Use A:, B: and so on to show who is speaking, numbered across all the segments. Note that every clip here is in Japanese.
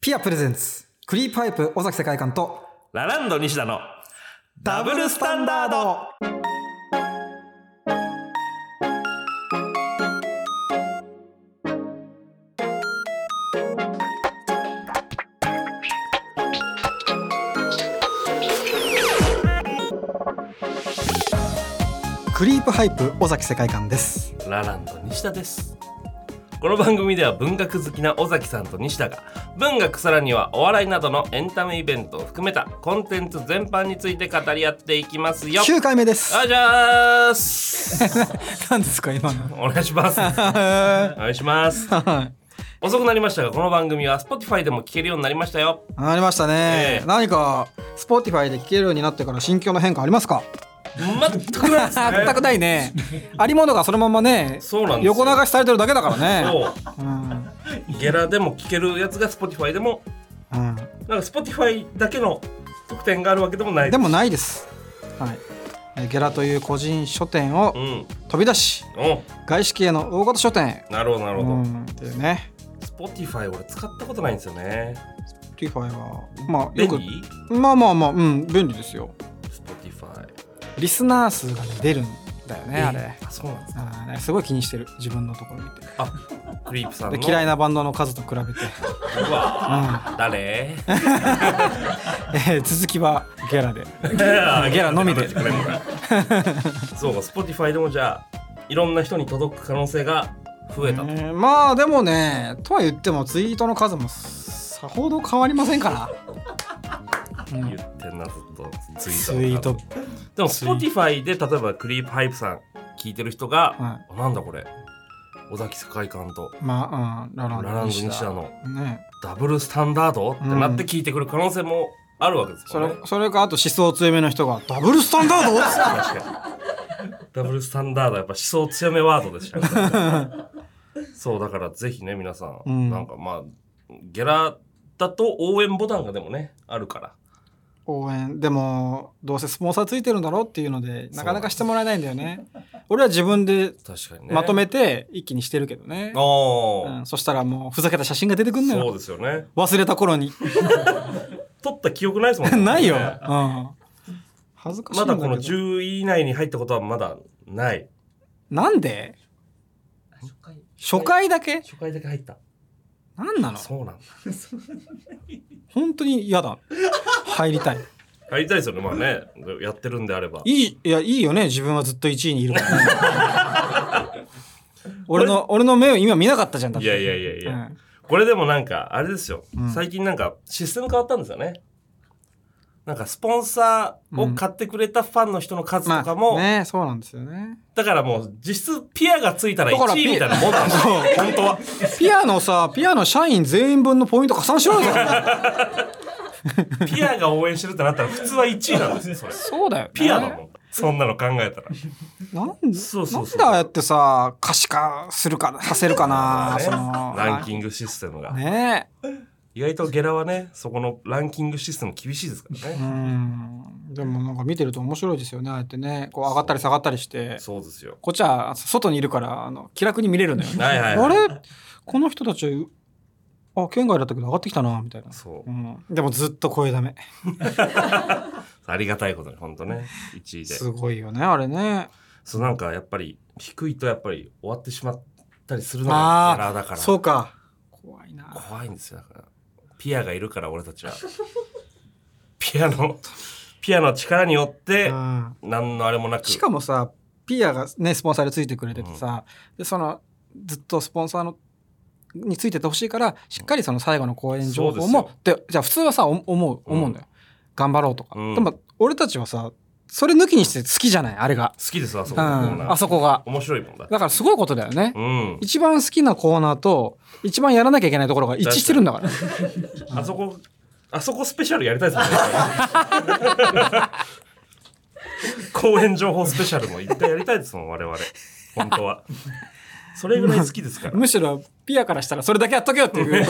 A: ピアプレゼンツ、クリーパイプ尾崎世界観と、
B: ラランド西田のダブルスタンダード
A: クリープハイプ尾崎世界観です。
B: ラランド西田ですこの番組では文学好きな尾崎さんと西田が文学さらにはお笑いなどのエンタメイベントを含めたコンテンツ全般について語り合っていきますよ
A: 9回目です。
B: あじゃーす
A: 何ですか、今の。
B: お願いしますお
A: は
B: 願いします
A: い
B: 遅くなりましたがこの番組は Spotify でも聞けるようになりましたよ
A: なりましたね
B: え。え
A: 何か、Spotify で聴けるようになってから心境の変化ありますか
B: 全くない ですね
A: 全くないね。ありものがそのままね、
B: そうなんですよ
A: 横流しされてるだけだからね。
B: そう
A: うん
B: ゲラでも聞けるやつが Spotify でも
A: うん
B: なんか Spotify だけの特典があるわけでもない
A: でもないです。はい。えゲラという個人書店を
B: うん
A: 飛び出し、
B: お
A: 外資系の大型書店へ。
B: なるほどなる
A: う
B: ほど、
A: ん、っていうね。
B: Spotify 俺使ったことないんですよね
A: Spotify は、まあ、よ
B: 便
A: く、
B: 利
A: まあまあまあ、うん、便利ですよ。
B: Spotify
A: リスナー数が、ね、出るんだよね、あれ。
B: あそうなんです
A: あーねすごい気にしてる自分のところ見て
B: あクリープさんの
A: で嫌い
B: い
A: なバンドの数と比べて、
B: うわ、誰
A: えー続きはゲラで
B: ゲラ
A: の みで
B: そうか Spotify でもじゃあいろんな人に届く可能性が増えたと、
A: えーまあでもねとは言ってもツイートの数もさほど変わりませんから、うん
B: 言ってんなずっとツイ
A: ツイ
B: ー
A: ー
B: ト
A: ト
B: の数でも Spotify で例えばクリープハイプさん聞いてる人が、あなんだこれ尾崎世界観と
A: まあ、うん、ララン
B: ラ
A: ド
B: ランド
A: 西
B: 西
A: 田
B: 田の
A: ね
B: ダブルスタンダードってなって聞いてくる可能性もあるわけです
A: そ
B: よね
A: れ。それかあと思想強めの人がダブルスタンダードっつって
B: 確かに。ダブルスタンダードはやっぱ思想強めワードでした ねそうだからぜひね皆さん、
A: うん
B: なんかまあゲラだと応援ボタンがでもねあるから
A: 応援でもどうせスポンサーついてるんだろうっていうのでなかなかしてもらえないんだよね俺は自分で
B: 確かにね
A: まとめて一気にしてるけどね
B: お
A: う
B: ー
A: ん、そしたらもうふざけた写真が出てくんの
B: そう
A: よ
B: ですよね
A: 忘れた頃に
B: 撮った記憶ないですもんね
A: ないよ、うん、恥ずかしい
B: ま
A: んだ
B: だ
A: けど
B: この10位以内に入ったことはまだない
A: なんで
B: 初回
A: 初回だけ
B: 初回だけ入った
A: なんなの
B: そうなんだ
A: 本当に嫌だ入りたい
B: 入りたいですよねまあねやってるんであれば
A: いいいやいいよね自分はずっと1位にいるから、 俺の俺の目を今見なかったじゃんだっ
B: い
A: て
B: やいやいやいや、
A: うん
B: これでもなんかあれですよ、
A: うん
B: 最近なんかシステム変わったんですよねなんかスポンサーを買ってくれたファンの人の数とかも、
A: まあねそうなんですよね
B: だからもう実質ピアがついたら
A: だから
B: 1
A: ピ
B: 位みたいなもんなんですよ 本当は
A: ピアのさピアの社員全員分のポイント加算しろよ
B: ピアが応援してるってなったら普通は1位なんですよそ れ
A: そうだよ、ね、
B: ピアだもんそんなの考えたら
A: なん
B: そうそ
A: なん
B: うそう
A: でああやってさ可視化するかさせるかな、
B: ね
A: その
B: ランキングシステムが、
A: ね
B: 意外とゲラはねそこのランキングシステム厳しいですから
A: えう
B: ね、
A: んでもなんか見てると面白いですよねああやってねこう上がったり下がったりして
B: そうですよ
A: こっちは外にいるからあの気楽に見れるのよ、ね、
B: はいはい、
A: あ
B: はい、
A: れこの人たちあ県外だったけど上がってきたなみたいな、
B: そ
A: う
B: う
A: ん、でもずっと声だめ
B: ありがたいことに本当ね1位です
A: ごいよねあれね
B: そうなんかやっぱり低いとやっぱり終わってしまったりするの
A: あー
B: がギャラだから
A: そうか怖いな
B: 怖いんですよだからピアがいるから俺たちはピアのピアの力によって
A: うん
B: 何のあれもなく
A: しかもさピアがねスポンサーでついてくれててさ、でそのずっとスポンサーのについててほしいからしっかりその最後の公演情報も
B: そ
A: でじゃあ普通はさお思う思うんだよ、頑張ろうとか、
B: うん
A: でも俺たちはさそれ抜きにして好きじゃないあれが、
B: 好きですあそうこのコー
A: ん、
B: ナ
A: あ
B: ー
A: そこが
B: 面白いもんだ
A: だからすごいことだよね、
B: うん
A: 一番好きなコーナーと一番やらなきゃいけないところが一致してるんだから
B: あそこあそこスペシャルやりたいですもんね 公演情報スペシャルも一回やりたいですもん我々本当はそれぐらい好きで すから
A: むしろピアからしたらそれだけやっとけよって いう、ね、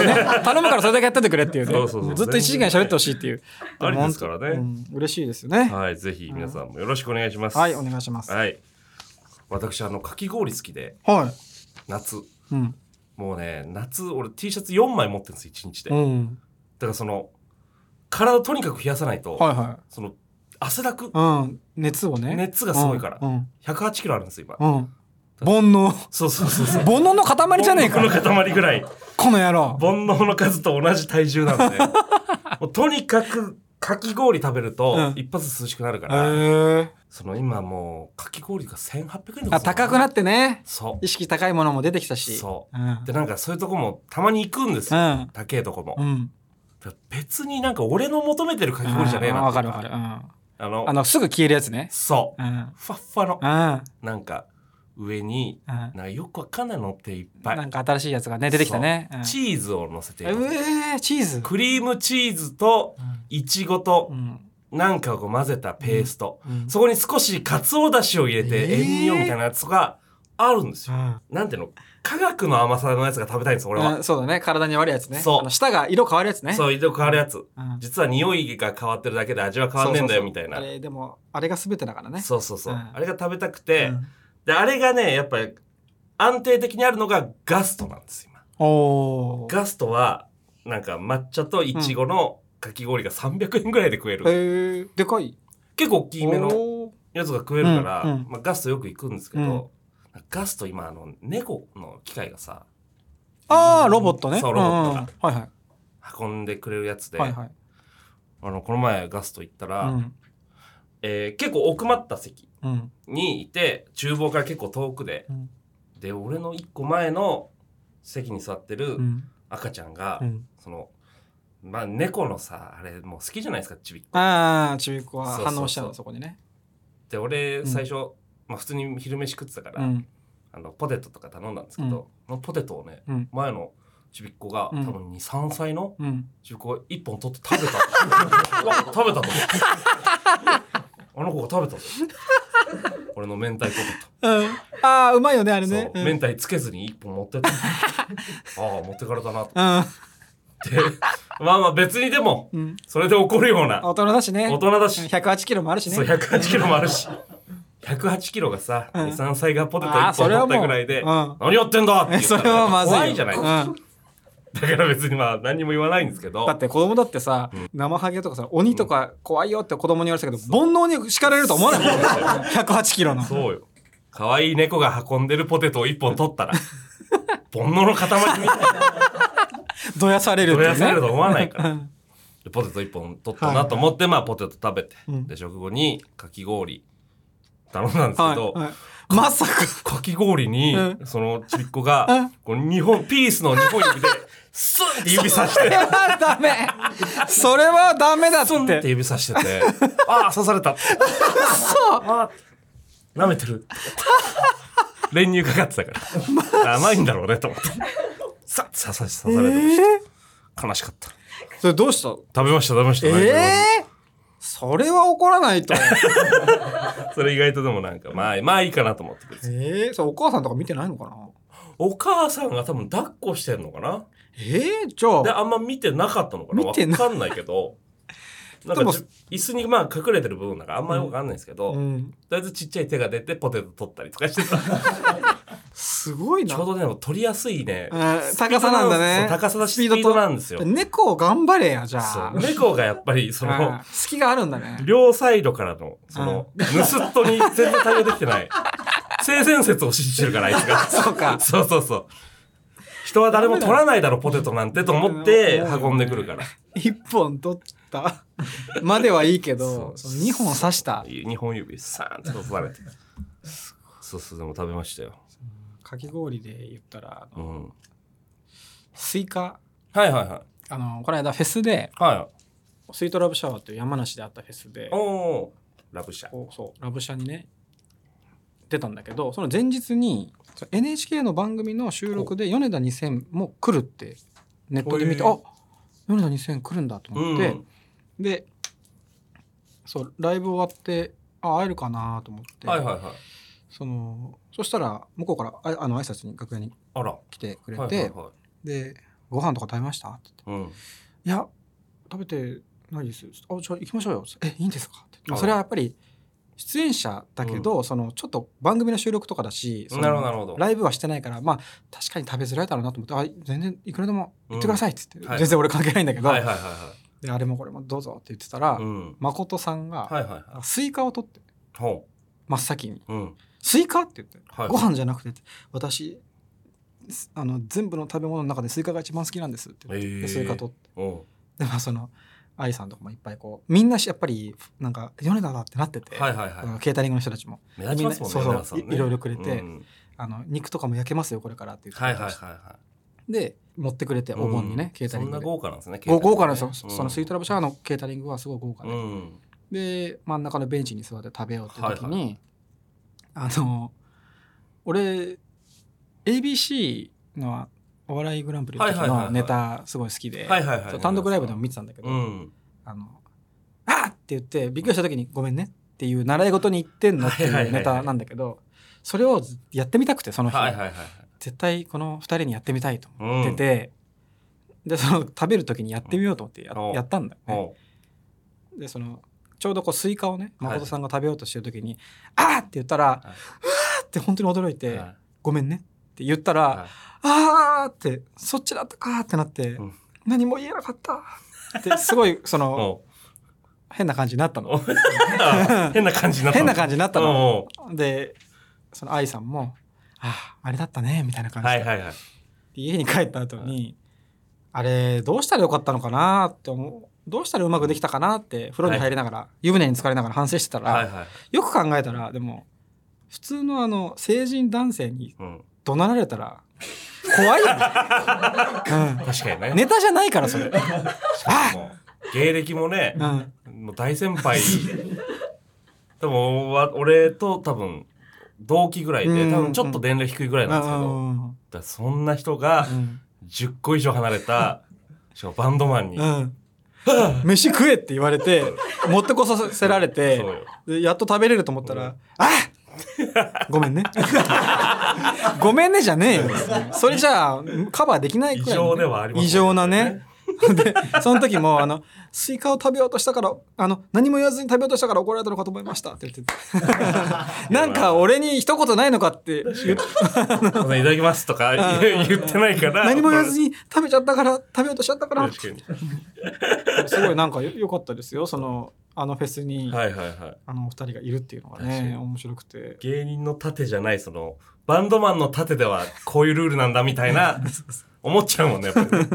A: 頼むからそれだけやっててくれっていう,、ね、
B: そうそうそう
A: ずっと1時間喋ってほしいっていう
B: ありですから
A: う
B: ね
A: ん、嬉しいですよね。
B: はいぜひ皆さんもよろしくお願いします
A: はい、お願いします。
B: はい。私、あの、かき氷好きで、
A: は
B: 夏。
A: い。うん。
B: もうね、夏、俺 T シャツ4枚持ってるんです、1日で。
A: うん。
B: からその体をとにかく冷やさないと、
A: はいは
B: その汗だく
A: い。うん。熱をね。
B: 熱がすごいから
A: うん。
B: 108キロあるんですよ今、
A: うん。うん煩悩。
B: そうそうそうそう
A: 煩悩の塊じゃねえか
B: こ。の塊ぐらい
A: この野郎。
B: 煩悩の数と同じ体重なん でもうとにかくかき氷食べると
A: うん
B: 一発涼しくなるか
A: へ
B: ら、
A: え。
B: その今もうかき氷が1800円とか
A: あ、高くなってね。
B: そ
A: 意識高いものも出てきたし。。
B: そう
A: うん
B: う。でなんかそういうとこもたまに行くんです
A: う
B: よ、
A: ん。
B: 高えとこも、
A: うん。
B: 別になんか俺の求めてるかき氷じゃねえ
A: う
B: なん
A: わかるわ
B: って
A: かる。
B: いう
A: うん。あ
B: あの
A: の、すぐ消えるやつね。
B: そうう、
A: ん。うん。
B: ふわっふわの
A: うん。
B: なんか上になんかよくわかんないのっていっぱい、
A: なんか新しいやつがね、出てきたね。うん
B: チーズを乗せている
A: えー、チーズ。
B: クリームチーズといちごと
A: ん。
B: なんかを混ぜたペースト、
A: うん
B: そこに少しかつおだしを入れて
A: えー
B: 塩味をみたいなやつがあるんですよ、
A: うん
B: なんていうの科学の甘さのやつが食べたいんです俺は、
A: うんそうだね。体に悪いやつね。
B: そう
A: あの舌が色変わるやつね。
B: そう色変わるやつ
A: うん
B: 実は匂いが変わってるだけで味は変わんねえんだよみたい
A: そう
B: な
A: そうそうあれ、でも、あれが全てだからね。
B: そうそうそう、
A: うん
B: あれが食べたくて、
A: うん
B: であれがねやっぱり安定的にあるのがガストなんです今
A: おー。
B: ガストはなんか抹茶といちごのかき氷が300円ぐらいで食える、
A: えー、でかい。
B: 結構大きいめの
A: お
B: やつが食えるから、
A: うんうん
B: まあ、ガストよく行くんですけど、ガスト今あの猫の機械がさ
A: ああ、ロボットね。
B: そうロボットが
A: んうんはいは
B: 運んでくれるやつで、
A: い。はいはい。
B: あのこの前ガスト行ったら、
A: うん。
B: えー結構奥まった席
A: うん。
B: にいて厨房から結構遠くで
A: うん
B: で俺の一個前の席に座ってる
A: うん。
B: 赤ちゃんが、
A: うん
B: そのまあ猫のさあれもう好きじゃないですかちびっこ
A: ああ、ちびっこは
B: そうそうそう
A: 反応しちゃうの、そこにね。
B: で俺
A: ん
B: 最初、まあ、普通に昼飯食ってたか
A: う
B: ら、
A: ん。
B: あのポテトとか頼んだんですけど、そのポテトをね
A: うん。
B: 前のちびっこが、
A: うん
B: 多分23歳の
A: うん。
B: ちびっこが1本取って食 べたうわ食べたと思ってあの子が食べたぞ俺の明太子
A: うん、ああ、うまいよね、あれ
B: と、
A: ね。
B: そううん明太つけずに1本 持ってったああ持ってかれたなと
A: うん。
B: 思ってまあまあ別にでも
A: うん。
B: それで怒るような
A: 大人だしね。
B: 大人だし
A: うん108キロもあるしね。
B: そう108キロもあるし108キロがさ、
A: うん
B: 23歳がポテト
A: あ
B: 1
A: あ、そ
B: 本
A: れは
B: 取っ
A: も
B: た
A: う。
B: ぐらいで「
A: うん
B: 何やってんだ!」って言
A: え
B: った
A: そ
B: ら
A: れはまずいよ。
B: 怖いじゃないですか
A: うん
B: だから別にまあ何にも言わないんですけど
A: だって子供だってさ、生ハゲとかさ、鬼とか怖いよって子供に言われてたけど、煩悩に叱られると思わないもんね。108キロの。
B: そうよ可愛い猫が運んでるポテトを1本取ったら 煩悩の塊みたいな
A: どやされるってい
B: ど
A: う
B: や
A: ね。
B: されると思わないから
A: うん
B: でポテト1本取ったなと思って、まあポテト食べて、
A: うん
B: で食後にかき氷頼んだんですけど、
A: はいはい。まさか。
B: かき氷に、
A: う
B: そのちびっこ
A: うん
B: が、こう日本、ピースの2本指で、スンって指さし
A: それ
B: て、
A: はダメ。それはダメだっ
B: スンって
A: て。
B: 指さしてて、ああ、刺された。あー舐めてる。練乳かかってたから。甘いんだろうね、と思って。さ、刺さし刺されてまし
A: え
B: た。悲しかった。
A: ーそれどうした
B: 食べました、食べました。
A: ええーそれは怒らないと。
B: それ意外とでもなんか、まあ、まあいいかなと思ってくれて
A: ええー、それお母さんとか見てないのかな
B: お母さんが多分抱っこしてんのかな
A: ええー、じゃ
B: で、
A: あ、
B: あんま見てなかったのかなわ
A: 見てな
B: かんないけ ど。なん
A: で
B: か
A: も
B: じ椅子にまあ隠れてる部分だからあんまりわかんないんですけど、
A: うん、
B: とりあえずちっちゃい手が出てポテト取ったりとか してたち
A: すごいな
B: ょう。どね取りやすいね
A: あー高さなんだね
B: そう高さだし
A: ス
B: ス
A: ピ
B: ピ
A: ー
B: ー
A: ド
B: ド
A: と
B: なんですよ
A: 猫を頑張れや、じゃ
B: そ
A: あ
B: う。猫がやっぱり
A: う
B: そ
A: ん
B: の
A: 隙があるんだね。
B: 両サイドからのその盗っ人に全然対応できてない性善説を信じてるからあいつが
A: そうか
B: そうそうそう人は誰も取らないだろポテトなんてと思って運んでくるから
A: 一本取ったまではいいけど、そ
B: そ
A: うの二本刺した。
B: 2本指サーンって刺されてそうそうでも食べましたよ
A: かき氷で言ったら、あ
B: う
A: の
B: ん
A: スイカ、
B: はいはいはい
A: あの、この間フェスで、
B: は
A: スイートラブシャワーっていう山梨であったフェスで
B: い。お、おーラブシャ
A: こうそう、ラブシャにね、出たんだけど、その前日に、その NHK の番組の収録で、米田2000も来るって、ネットで見て、
B: へえ
A: あ米田2000来るんだと思って、で、そう、ライブ終わって、あ、会えるかなと思って、
B: はいはいはい
A: そのそしたら向こうからああの挨拶に楽屋に
B: あら
A: 来てくれて、
B: はいはいは
A: で「ご飯とか食べました?」って言って
B: いう
A: 「い
B: ん
A: や食べてないです」あじゃあ行きましょうよ」えいいんですか?」って、まあ、
B: はい
A: それはやっぱり出演者だけど、そのちょっと番組の収録とかだしその
B: なるほどなるほど
A: ライブはしてないからまあ確かに食べづらいだろうなと思って「あ全然いくらでも言ってください」っつって、
B: うんはい
A: 全然俺関係ないんだけど、
B: はいはいはいは
A: であれもこれもどうぞって言ってたら、
B: い。うん。
A: 誠さんが、
B: はいはいは
A: スイカを取って
B: い。ほ
A: 真っ先に
B: う。うん。
A: 「スイカ?」って言って、
B: はい
A: ご飯じゃなくてって私すあの全部の食べ物の中でスイカが一番好きなんですって言って、
B: へえ
A: でスイカ取って
B: うん。は
A: でまあその愛さんとかもいっぱいこうみんなしやっぱりなんか米田だってなってて、
B: いはいは
A: あの
B: い。
A: ケータリングの人たちも
B: 目立ちますもんね。
A: みんな
B: 皆さんね
A: そうそういいろいろくれて
B: うん
A: あの肉とかも焼けますよこれからって言ってく
B: はい
A: れ
B: はい
A: た
B: はい
A: し
B: は
A: で持ってくれて
B: い。
A: お盆にね、ケータリン
B: そ
A: グ
B: ん
A: で
B: な豪華なんですね。
A: ご豪華なんですよ、
B: ケータリングね
A: そのスイートラブシャワーのケータリングはすごい豪華で、
B: うん。
A: で真ん中のベンチに座って食べようっていう時に、
B: はい
A: あの俺 ABC のお笑いグランプリの時
B: はいはいはいは
A: の
B: い
A: ネタすごい好きで
B: はいはいは
A: そ
B: い。
A: う単独ライブでも見てたんだけど「
B: うん。
A: あのあっ!」って言ってびっくりした時に「ごめんね」っていう習い事に言ってんのって
B: はいはい
A: いう
B: はいは
A: ネ
B: い
A: タなんだけどそれをやってみたくてその日、
B: はいはいはい。
A: 絶対この2人にやってみたいと思
B: うん。
A: ってて、でその食べる時にやってみようと思ってや,、
B: うん
A: やったんだよね。
B: ほ
A: でそのちょうどこうスイカをね
B: はい
A: 誠さんが食べようとしてる時に「あー!」って言ったら「
B: いう。
A: わー!」って本当に驚いうて「
B: はい
A: ごめんね」って言ったら「
B: はい
A: あー!」って「そっちだったか!」ってなって「
B: うん
A: 何も言えなかった」ってすごいその
B: ほ
A: 変な感じになったの
B: お 変な感じになった。
A: 変な感じになったの
B: の。
A: でその愛さんも「あーあれだったね」みたいな感じで,
B: は
A: で、
B: いはいはい。
A: 家に帰った後に「あれどうしたらよかったのかな?」って思う。どうしたらうまくできたかなって風呂に入りながら、湯船に浸かりながら反省してたら、
B: はいはい。
A: よく考えたらでも普通のあの成人男性に
B: うん。
A: 怒鳴られたら怖いよね、
B: 確かに
A: う
B: ね。
A: ん、ネタじゃないからそれ、
B: もう芸歴もね
A: う、ん、
B: もう大先 輩。でも、わ俺と多分、同期ぐらいで、
A: うん
B: 多分ちょっと年齢低いぐらいなんですけど、だからそんな人が10個以上離れた、しかもバンドマン に、
A: うんうん飯食えって言われ て持ってこさせられて
B: そうよ
A: でやっと食べれると思ったら「あごめんねごめんね」じゃねえよそれじゃあカバーできない
B: 異
A: くらいのね、
B: 常ではあります、
A: 異常なね。でその時もあの「スイカを食べようとしたからあの何も言わずに食べようとしたから怒られたのかと思いました」って言ってて なんか俺に一言ないのかって言っ
B: いただきますとか言言ってないから。
A: 何も言わずに食べちゃったから食べようとしちゃったから
B: 確かに。
A: すごいなんかよ良かったですよそのあのフェスに、
B: はいはいはい。
A: あのお二人がいるっていうのが
B: 確かに
A: ね面白くて
B: 芸人の盾じゃない、その、バンドマンの盾ではこういうルールなんだみた いな、思っちゃうもんね、やっぱりね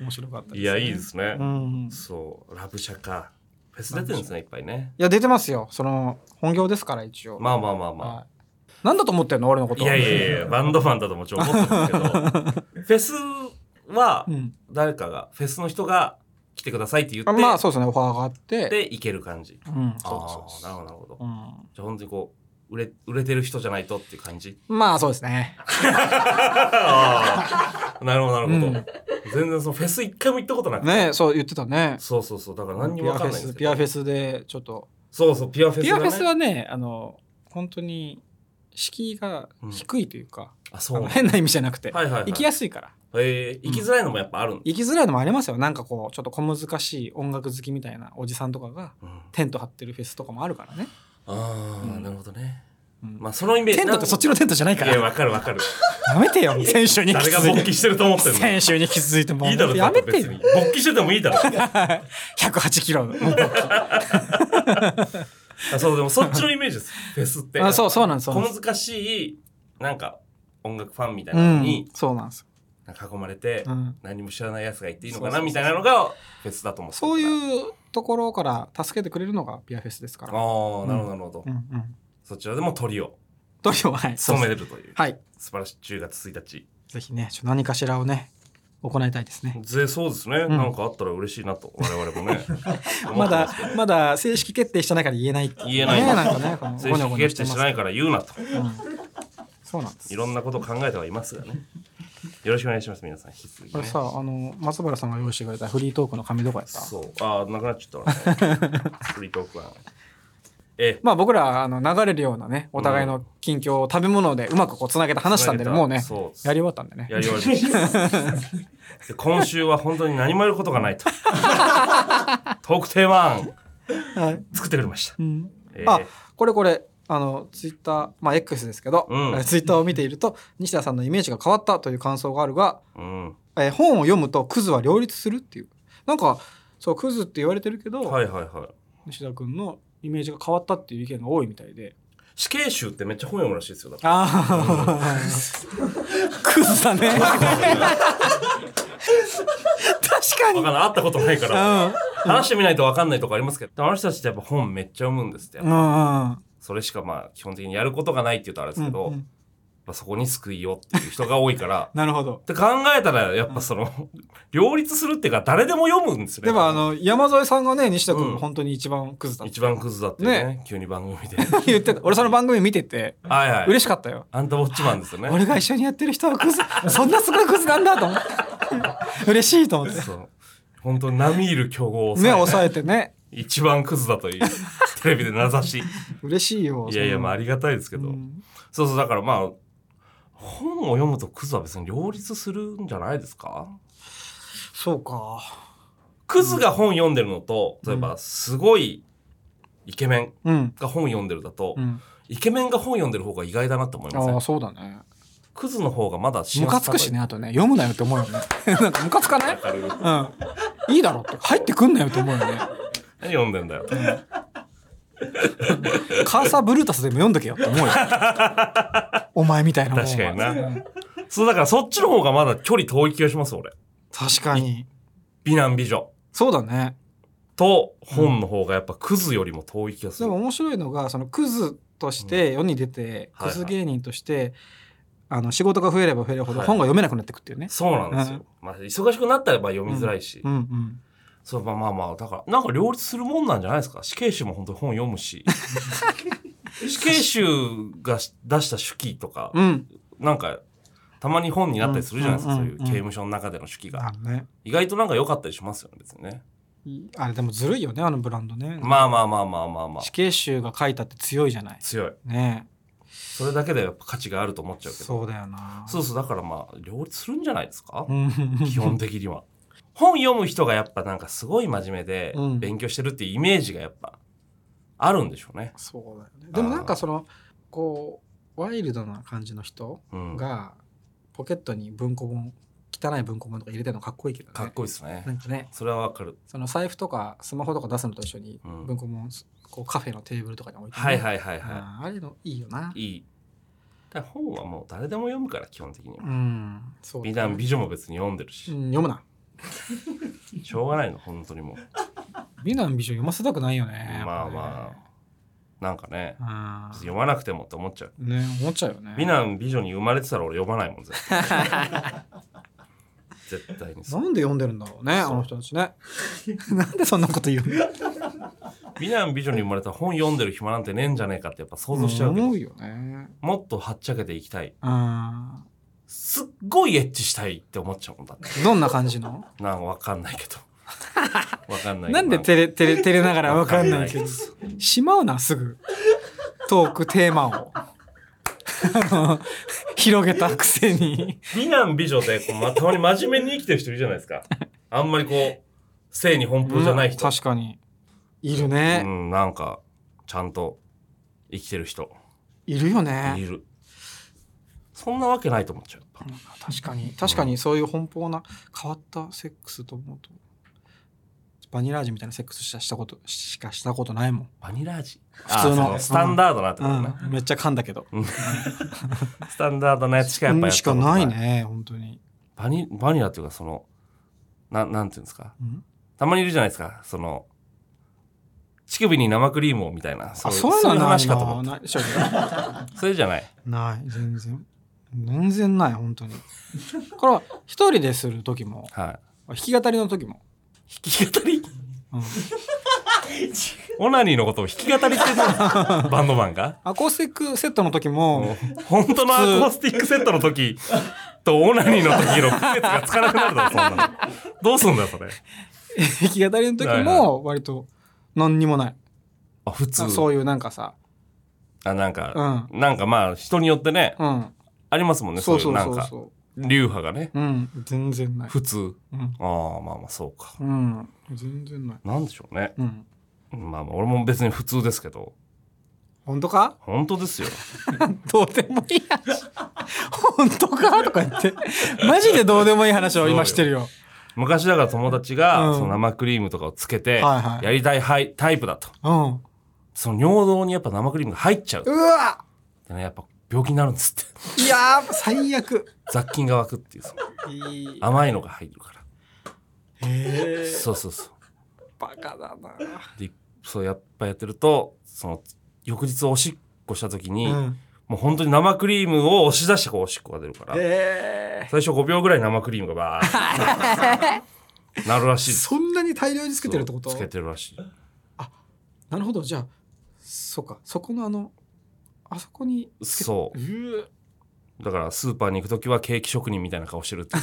A: 面白かったです、
B: いや、いいですね。
A: うん、い
B: そう、ラブシャか。フェス出てるんですね、いっぱいね。
A: や出てますよその本業ですから一応、
B: まあまあまあま
A: はいなんだと思ってんの俺のこ
B: あ。
A: と
B: いやいやいや、バンドファンだともちろん思ってるんですけど、フェスは
A: うん、
B: 誰かが、フェスの人が来てくださいって言
A: あまあ
B: っ
A: そうですねオファーがあって
B: て、で、行ける感じ。
A: うん、
B: あ
A: そうですそうです
B: あ、なるほど、なるほど。
A: うん
B: じゃあ本当にこう、売れ、売れてる人じゃないとっていう 感じ。
A: まあそうです ね。
B: ああ、なるほど、なるほ
A: う
B: ど。全然そのフェス一回も行ったことなくて。
A: ねそう言ってたね。
B: そうそうそう、だから何に
A: ピ
B: も
A: ア
B: わ
A: フ
B: かん
A: ェ
B: ないんで
A: ス、
B: す
A: ピ
B: け
A: ア
B: ど
A: フ。ェスでちょっと。
B: そうそう、ピアフェス
A: ピ
B: が
A: ア
B: ね。
A: フェスはね、あの、本当に敷居が低いというか、
B: あ、そう
A: あ
B: な
A: の
B: んだ。
A: 変な意味じゃなくて、
B: はいはいはい。
A: 行きやすいから。
B: えー行きづらいのもやっぱあるんだ。
A: 行きづらいのもありますよ。なんかこう、ちょっと小難しい音楽好きみたいなおじさんとかが
B: うん
A: テント張ってるフェスとかもあるからね。
B: ああ、
A: うん
B: なるほどね。
A: うん
B: まあそのイメージ。
A: テントってそっちのテントじゃないか
B: いや、
A: ら。
B: わかるわかる。
A: やめてよ、選手に引き
B: 誰が
A: 続い
B: 勃
A: て。
B: 起してると思ってんの
A: 選手に引き続いてもう。
B: いいだろ、
A: やめて
B: 別
A: よ
B: に。。勃起しててもいい だろ。
A: 108キロの。
B: あそう、でもそっちのイメージです。フェスって。
A: あそう、そうなんです。そう
B: 小
A: なんです
B: 難しい、なんか、音楽ファンみたいうなの
A: ん
B: に、
A: そうなんです。
B: なんか囲まれて
A: う、ん
B: 何も知らない奴がいていいのかな、
A: そうそうそう
B: みたいなのが、フェスだと思ってた
A: そういうところから助けてくれるのがピアフェスですから。
B: ああ、なるほど、なるほど
A: うん。うん。
B: そちらでも鳥を
A: トリオははい。
B: 務め
A: る。
B: れるという。
A: はい。
B: 素晴らしい10月1日。
A: ぜひね、ちょっと何かしらをね、行いたいですね。
B: ぜそうですね、
A: ん
B: なんかあったら嬉しいなと我々も ね
A: まだ、まだ正式決定してないから言えないってう
B: 言えない
A: ねなんかね、この
B: 正式決定してないから言うなと
A: ゴニョゴニョしてますうんそうなんです
B: い。ろんなことを考えてはいますがねよろしくお願いします皆さん引き続き、
A: こ
B: ね
A: れ、さ、あの、松原さんが用意してくれたフリートークの紙どこやった
B: そうああなくなっちゃったわ、ね、フリートークはえ
A: まあ僕ら、あの、流れるようなね、お互いの近況を食べ物でうまくこう、つなげて話したんで、
B: つなげた
A: もうね
B: そうで、す
A: やり終わったんでね
B: え。やり終わりましたで今週は本当に何もやることがないとトークテーマ案
A: はい。
B: 作ってくれました
A: うん
B: え
A: あ
B: ー
A: これこれあのツイッターまあ X ですけど、
B: うん
A: えーツイッターを見ていると西田さんのイメージが変わったという感想があるが、
B: うん、
A: えー本を読むとクズは両立するっていうなんかそうクズって言われてるけど、
B: はいはいはい
A: 西田君のイメージが変わったっていう意見が多いみたいで
B: 死刑囚ってめっちゃ本読むらしいですよだから
A: ああ クズだね確かに
B: わかんない会ったことないから
A: うん
B: 話してみないと分かんないとこありますけど、あの人たちってやっぱ本めっちゃ読むんですって、
A: うんうん
B: それしかまあ基本的にやることがないって言うとあれですけど、
A: うんう
B: ま
A: ん
B: あ、そこに救いをっていう人が多いから
A: なるほど
B: って考えたらやっぱその 両立するっていうか誰でも読むんですね
A: でもあの山添さんがね西田君、
B: うん
A: 本当に一番クズだって
B: 一番クズだってね急に番組で
A: 言ってた俺その番組見てて
B: はいはい
A: 嬉しかったよ
B: あんたウォッチマンですよね
A: 俺が一緒にやってる人はクズそんなすごいクズなんだと思って 嬉しいと思って
B: そう本当に並みいる強豪を
A: ね
B: 抑え
A: 抑えてね
B: 一番クズだというテレビで名 指し
A: 嬉しいよ
B: いやいやまああ
A: り
B: りがたいですけ
A: け
B: ど、
A: うん、
B: そうそうだからまあ本を読むとクズは別に両立するんじゃないですか
A: そうか
B: クズが本読んでるのと、例えばすごいイケメン
A: うん、
B: が本読んでるだと、
A: うん、
B: イケメンが本読んでる方が意外だなって思いませ
A: あ
B: ん
A: あそうだね
B: クズの方がまだ幸せ
A: ムカつくしねあとね読むなよって思うよね なんかムカつかない
B: わかる
A: うんいいだろって入ってくんなよって思うよね
B: 何読んでんだよ
A: カーサーブルータスでも読んどけよって思う よお前みたいなもんは
B: 確かに
A: う
B: なんそうだからそっちの方がまだ距離遠い気がします俺
A: 確かに
B: 美男美女
A: そうだね
B: と本の方がやっぱクズよりも遠い気がす
A: で
B: る、
A: も面白いのがそのクズとして世に出て、
B: はいはい
A: クズ芸人としてあの仕事が増えれば増えるほど
B: はい
A: 本が読めなくなってくっていうね、
B: そうなんですよ、まあ、忙しくなったらまあ読みづらいし、
A: うんうん
B: そうまあまあまあだからなんか両立するもんなんじゃないですか死刑囚も本当に本読 むし死刑囚が出した手記とか、
A: うん
B: なんかたまに本になったりするじゃないですか、
A: うんうん
B: そういう刑務所の中での手記が、
A: あのね
B: 意外となんか良かったりしますよね別にね
A: あれでもずるいよねあのブランドね、
B: まあまあまあまあまあまあ
A: 死刑囚が書いたって強いじゃない
B: 強い
A: ね
B: それだけでやっぱ価値があると思っちゃうけど
A: そうだよな
B: そうそうだからまあ両立するんじゃないですか、
A: うん
B: 基本的には本読む人がやっぱなんかすごい真面目で
A: うん
B: 勉強してるっていうイメージがやっぱあるんでしょうね、
A: そうだよねでもなんかそのこうワイルドな感じの人
B: うん、か
A: がポケットに文庫本汚い文庫本とか入れてるのかっこいいけどね
B: っこいいですね
A: なんかね
B: それはわかる
A: その財布とかスマホとか出すのと一緒に
B: うん
A: 文庫もこうカフェのテーブルとかに置いて、ね
B: はいはいはいは、
A: あーあれのいいよない
B: いいだから本はもう誰でも読むから基本的に
A: うんそうだね
B: 美男美女も別に読んでる
A: う
B: し、
A: ん読むな
B: しょうがないの本当にもう
A: 美男美女読ませたくないよね
B: まあまなんかね
A: あ
B: 読まなくてもって思っちゃう
A: ね思っちゃうよね
B: 美男美女に生まれてたら俺読まないもん絶対 絶対にそう
A: なんで読んでるんだろうねあ
B: そう
A: の人たちね なんでそんなこと言うの
B: 美男美女に生まれたら本読んでる暇なんてねえんじゃねえかってやっぱ想像しちゃうけど、
A: 思うよね
B: もっとはっちゃけていきたい
A: あ
B: すっごいエッチしたいって思っちゃうもんだって
A: ーどんな感じの
B: なんかわかんない けどわかんない
A: なんで照
B: 手
A: れ照れ照れながら分かんないけどしまうなすぐトークテーマ をあの広げたくせに
B: 美男美女でこう、ま、たまに真面目に生きてる人いるじゃないで すかあんまりこう性に奔放じゃない人
A: うん確かにいる
B: う
A: ね、
B: んなんかちゃんと生きてる人
A: いるよ
B: い
A: ね
B: るそんなわけないと思っちゃうやっぱ
A: 確かに確かにそういう奔放な変わったセックスと思うとバニラ味みたいなセックスしたしたことしかしたことないもん、
B: バニラ味
A: 普通の
B: あそスタンダードなっ
A: う
B: てことね、
A: ん、めっちゃ噛んだけど
B: スタンダードなやつしかやっ
A: う
B: ぱや
A: ん
B: った
A: し
B: こ
A: か
B: と
A: ないね本当に、
B: バニバニラっていうかそのななんていうんですか
A: うん
B: たまにいるじゃないですかその乳首に生クリームをみたいなそ
A: あそういうのは
B: そういう
A: ない
B: 話かと思っ
A: なない正直
B: たそれじゃない
A: ない全然全然ない本当にこれは一人でする時も
B: はい
A: 弾き語りの時も、
B: 弾き語り
A: うん、
B: オナニーのことを弾き語りって言う のバンドマンが
A: アコースティックセットの時も
B: 本当のアコースティックセットの時とオナニーの時の区別がつかなくなるだろそんなのどうすんだよそれ
A: 弾き語りの時
B: はいは
A: も割と何にもない
B: あ普通
A: あそういうなんかさ
B: あな
A: う
B: んか、
A: ん
B: なんかまあ人によってね
A: うん
B: ありますもんね
A: そ
B: そううい
A: そうう
B: な
A: そ
B: ん
A: う
B: か
A: そ
B: 流派がね
A: ううん全然ない
B: 普通
A: うん、
B: ああまあまあそうか
A: うん、全然ない
B: なんでしょうね
A: うん
B: まあまあ俺も別に普通ですけど
A: 本当か
B: 本当ですよ
A: どうでもいい話本当かとか言ってマジでどうでもいい話を今してるよ
B: 昔だから友達が、
A: うん
B: その生クリームとかをつけて、
A: はいはい
B: やりたいはいタイプだと
A: うんう
B: その尿道にやっぱ生クリームが入っちゃう
A: わ
B: でねやっぱ病気になるんですって
A: い やー最悪
B: 雑菌が湧くっていうその
A: いい
B: 甘いのが入るから
A: へー
B: そうそうそう
A: バカだな
B: でそうやっぱやってるとその翌日おしっこした時に、
A: うん
B: もう本当に生クリームを押し出してこうおしっこが出るから
A: え
B: 最初5秒ぐらい生クリームがバー ッなるらしい
A: ー
B: です
A: そんなに大量につけてるってこと
B: そうつけてるらしい
A: なるほどじゃあそっかそこのあのあそこにつけて
B: そう
A: うー
B: だからスーパーに行く時はケーキ職人みたいな顔してる っていう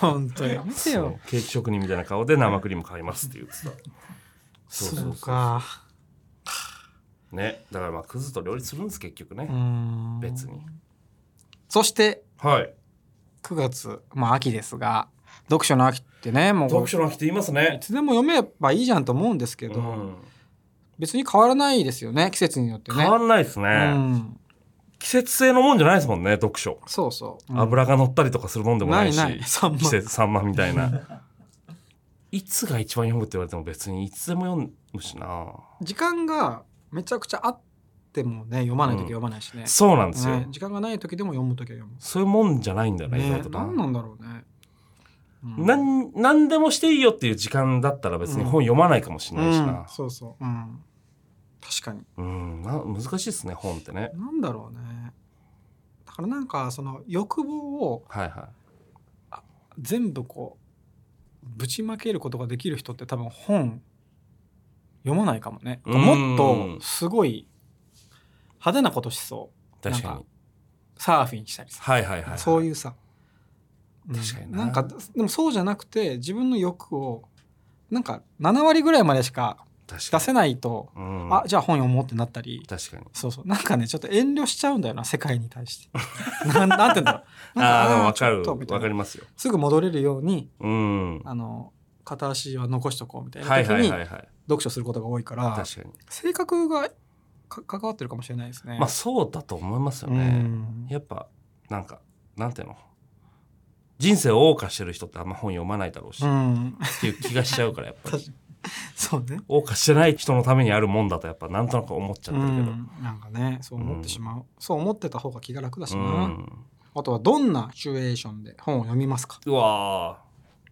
A: 本当やめて
B: そ
A: よ
B: うケーキ職人みたいな顔で生クリーム買いますって言ってた
A: そ
B: そううそうそう
A: か
B: ねだからまあクズと両立するんです結局ね、
A: うーん
B: 別に
A: そして
B: はい
A: 9月まあ秋ですが読書の秋ってねもう
B: 読書の秋って言います
A: い
B: ね
A: つでも読めばいいじゃんと思うんですけど、
B: うん
A: 別に変わらないですよね季節によってね
B: 変わんないですね、
A: うん、
B: 季節性のもんじゃないですもんね読書
A: そうそう、うん
B: 油が乗ったりとかするもんでもないし、
A: ない ないさんま
B: 季節サンマみた いないつが一番読むって言われても別にいつでも読むしな
A: 時間がめちゃくちゃあってもね読まない時は読まないしね、
B: そうなんですよ、
A: ね時間がない時でも読む時は読む
B: そういうもんじゃないんだよな、意
A: ね
B: 外とな
A: 何なんだろうね、うん
B: なん何でもしていいよっていう時間だったら別に本読まないかもしれないし
A: うん
B: な、
A: そうそう、うん、確かに
B: うんな難しいですね本ってね
A: なんだろうねだからなんかその欲望を
B: はいは
A: 全部こうぶちまけることができる人って多分本読まないかもね
B: うん
A: もっとすごい派手なことしそう
B: い確か
A: なん
B: に
A: かサーフィンしたりさ、
B: はいはいはい
A: そう
B: う
A: いうさうん
B: 確かにな
A: なんかでもそうじゃなくて自分の欲をなんか7割ぐらいまでしか
B: 確か
A: 出
B: に
A: せないと、
B: うん、
A: あじゃあ本読もうってなったり
B: 確かに
A: そうそうなんかねちょっと遠慮しちゃうんだよな世界に対して なんなんて言うんだろうなん
B: ああでも分か
A: ちょっ
B: る
A: とみたい
B: 分
A: な
B: かりますよ
A: すぐ戻れるように
B: うんは
A: あの片足は残しとこうみたい
B: い
A: な
B: はい
A: 時
B: はい
A: に
B: はい
A: 読書することが多いから、
B: 確かに
A: 性格がか関わってるかもしれないですね。
B: まあそうだと思いますよ
A: う
B: ね
A: ん
B: やっぱなんかなんていうの人生を謳歌してる人ってあんま本読まないだろうし、
A: う
B: っ
A: ん、
B: ていう気がしちゃうからやっぱり
A: そうね。
B: 謳歌してない人のためにあるもんだとやっぱなんとなく思っちゃ
A: う
B: ってるけど、
A: ん、なんかねそう思ってしまう、そう思ってた方が気が楽だしな、
B: うん
A: あとはどんなシチュエーションで本を読みますか
B: うわ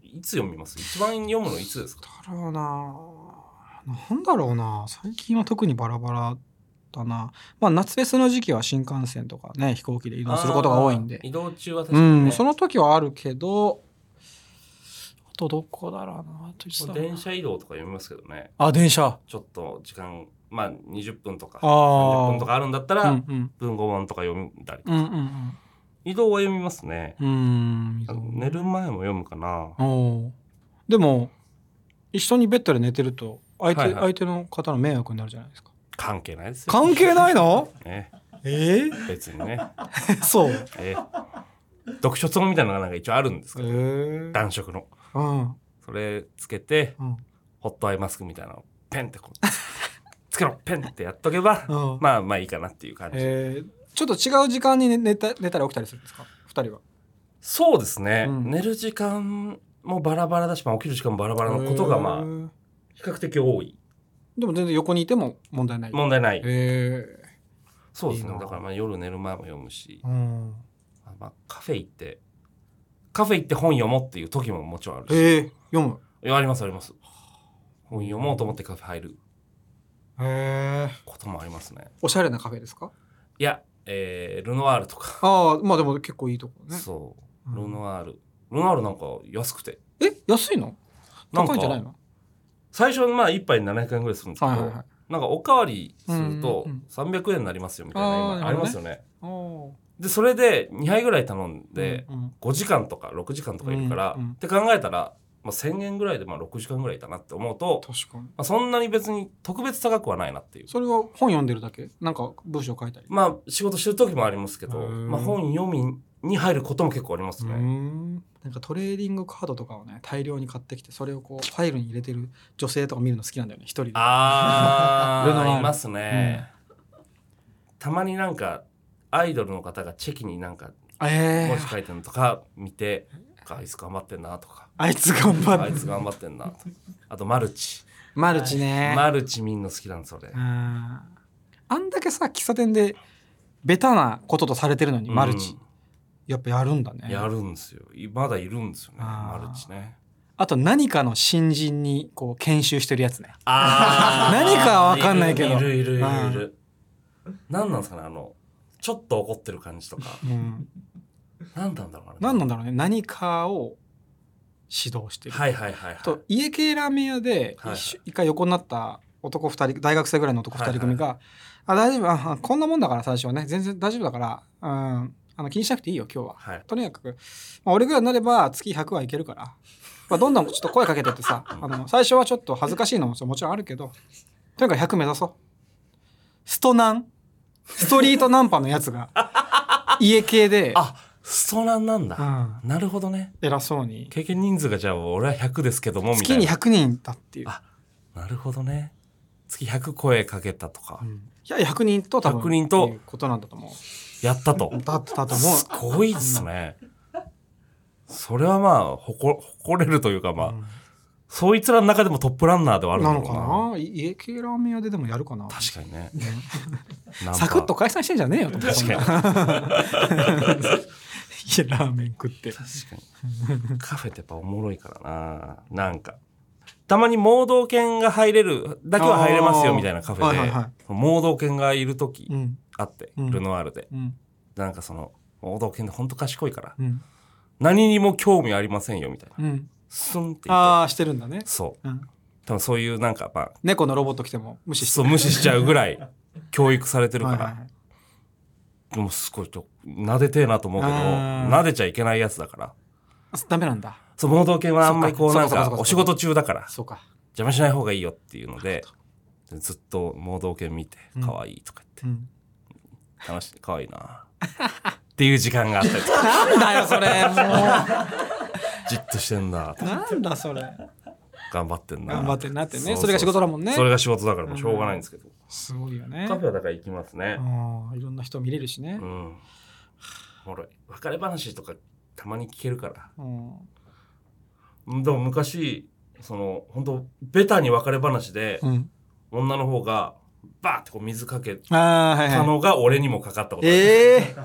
B: ーいつ読みます一番読むのいつですか
A: だろうななんだろうな最近は特にバラバラだなまあ夏フェスの時期は新幹線とかね飛行機で移動することが多いんで
B: あー移動中は確
A: う
B: かに、ね
A: ん、その時はあるけど、あとどこだろうな、あといつだろうな
B: 電車移動とか読みますけどね
A: あ、電車。
B: ちょっと時間まあ20分とか
A: あー
B: 30分とかあるんだった
A: うん
B: ら、
A: うん。
B: 文庫本とか読んだり
A: うんうん
B: 移動は読みますね
A: うん。うー
B: あの
A: ん。
B: 寝る前も読むかな
A: おお。でも、一緒にベッドで寝てると、相手、
B: はいはい
A: 相手の方の迷惑になるじゃない ですか。
B: 関係ないですよ、
A: 関係ないの
B: ね、
A: え
B: 別にね、
A: え そう。え
B: え読書帳みたいなのがなんか一応あるんです
A: え
B: けど暖色の
A: うん。
B: それつけて
A: うん。
B: ホットアイマスクみたいなのをペンってこうつけろペンってやっとけば
A: うん
B: まあまあいいかなっていう感じ、
A: えーちょっと違う時間に寝寝た寝たり起きたりするんですか二人は。
B: そうですね、
A: うん
B: 寝る時間もバラバラだし、まあ、起きる時間もバラバラのことがま
A: へ
B: あ
A: ー
B: 比較的多い
A: でも全然横にいても問題ない。
B: 問題ない、
A: え
B: そうですね
A: いいな
B: だからまあ夜寝る前も読むし
A: え、うん。
B: あまあ、カフェ行ってカフェ行って本読もうっていう時ももちろんあるし、
A: ええ読む。
B: いやありますあります本読もうと思ってカフェ入る
A: へえ。
B: こともありますね
A: おしゃれなカフェですか。
B: いや、えールノワールとか、
A: ああ、まあでも結構いいとこね。
B: そう
A: うん
B: ルノワール、ルノワールなんか安くて
A: え、安いの。
B: なん
A: 高
B: か
A: いんじゃないの。
B: 最初まあ1杯700円ぐらいするんですけど、
A: はいはいはい。
B: なんかおかわりすると
A: うんうん
B: 300円になりますよみたいな
A: あー
B: 今
A: な
B: あ
A: るほどね
B: りますよね。
A: おー
B: でそれで2杯ぐらい頼んで
A: うんうん
B: 5時間とか6時間とかいるから、
A: うんうん
B: って考えたら、まあ、1,000円ぐらいでまあ6時間ぐらいいたなって思うと、ま
A: 確かに。
B: あ、そんなに別に特別高くはないなっていう。
A: それは本読んでるだけ、なんか文章書いたり。
B: まあ仕事してる時もありますけど、
A: うん
B: まあ、本読みに入ることも結構あります
A: うー
B: ね。
A: んなんかトレーディングカードとかをね大量に買ってきてそれをこうファイルに入れてる女性とか見るの好きなんだよね一人で
B: あ
A: ルノワー
B: あ
A: ル
B: いますね、たまになんかアイドルの方がチェキになんか
A: ええ
B: 文字書いてるのとか見てあいつ頑張ってんなとか
A: あいつ頑張
B: あ
A: っ
B: い
A: て
B: つ頑張ってんなとあとマルチ
A: マルチね、
B: マルチみんな好きなんですそれ
A: うんあんだけさ喫茶店でベタなこととされてるのにマルチ、やっぱやるんだ
B: う
A: ね
B: んやるんですよいまだいるんですよね
A: あー
B: マルチね
A: あと何かの新人にこう研修してるやつね
B: あ
A: ー何かは分かんないけど
B: いるいるいるいる何なんですかねあのちょっと怒ってる感じとか
A: うん
B: 何なんだろうあれ
A: 何なんだろうね何かを指導してる、
B: はいはいはい
A: あ
B: はい
A: と家系ラーメン屋で一緒、
B: はいはい
A: 一回横になった男二人大学生ぐらいの男二人組が「あ大丈夫ああこんなもんだから最初はね全然大丈夫だから、うん、あの気にしなくていいよ今日は」
B: はい
A: とにかく、まあ、俺ぐらいになれば月100はいけるから、まあ、どんどんちょっと声かけてってさあの最初はちょっと恥ずかしいのももちろんあるけどとにかく100目指そうストナンストリートナンパのやつ が家系で、
B: あストランなん
A: う
B: だ
A: ん、
B: なるほどね
A: 偉そうに
B: 経験人数がじゃあ俺は100ですけどもみた
A: 月
B: い
A: に
B: な
A: 100人だっていう
B: あ、なるほどね月100声かけたとか
A: うんいや100人と多分
B: 100人と
A: っていうことなんだと思
B: やったと
A: うだってだと思
B: すごいですねそれはまあ誇誇れるというかまあ、
A: う、
B: そいつらの中でもトップランナーではあ
A: うん
B: るんだ
A: な
B: ろ
A: のか
B: うな
A: ない家系ラーメン屋ででもやるかな
B: 確かにね
A: ね
B: ナンパ
A: サクッと解散してんじゃねえよと思って
B: 確かに
A: いやラーメン食って
B: 確かにカフェってやっぱおもろいからななんかたまに盲導犬が入れるだけは入れますよみたいなカフェで、
A: はいはいは
B: 盲導犬がいる時
A: うん
B: あって、
A: うん
B: ルノワールで
A: うん
B: なんかその盲導犬ってほんと賢いから
A: うん
B: 何にも興味ありませんよみたいな
A: うん
B: スンって言って
A: ああしてるんだね、
B: そう
A: うん、
B: 多分そういうなんかまあ
A: 猫のロボット来ても無視して
B: そう無視しちゃうぐらい教育されて
A: る
B: るか
A: はいはい
B: ら
A: はい
B: でもすごいと撫でてえなと思うけど
A: あー
B: 撫でちゃいけないやつだから
A: あダメなんだ
B: そう盲導犬はあんまりこう
A: そっ
B: な
A: か
B: ん
A: そっかそっかそっ
B: か
A: か
B: お仕事中だから
A: そうか、
B: 邪魔しない方がいいよっていうのでずっと盲導犬見て「可愛いとか
A: う
B: 言って
A: ん、
B: 「楽しい可愛いな」っていう時間があったり とか
A: なんだよそれも
B: じっとしてんだ
A: うなんだそれ
B: 頑張ってんな
A: 頑張ってんなってね
B: うう
A: それが仕事だもんね
B: それが仕事だからもうしょうがないんですけど
A: すごいよね
B: カフェはだから行きますね
A: ああいろんな人見れるしね
B: う、んおもろい別れ話とかたまに聞けるから
A: うん
B: うんでも昔その本当ベタに別れ話で
A: うん、
B: 女の方がバーってこう水かけ
A: ああはい
B: た
A: はい
B: のが俺にもかかったことある
A: ええ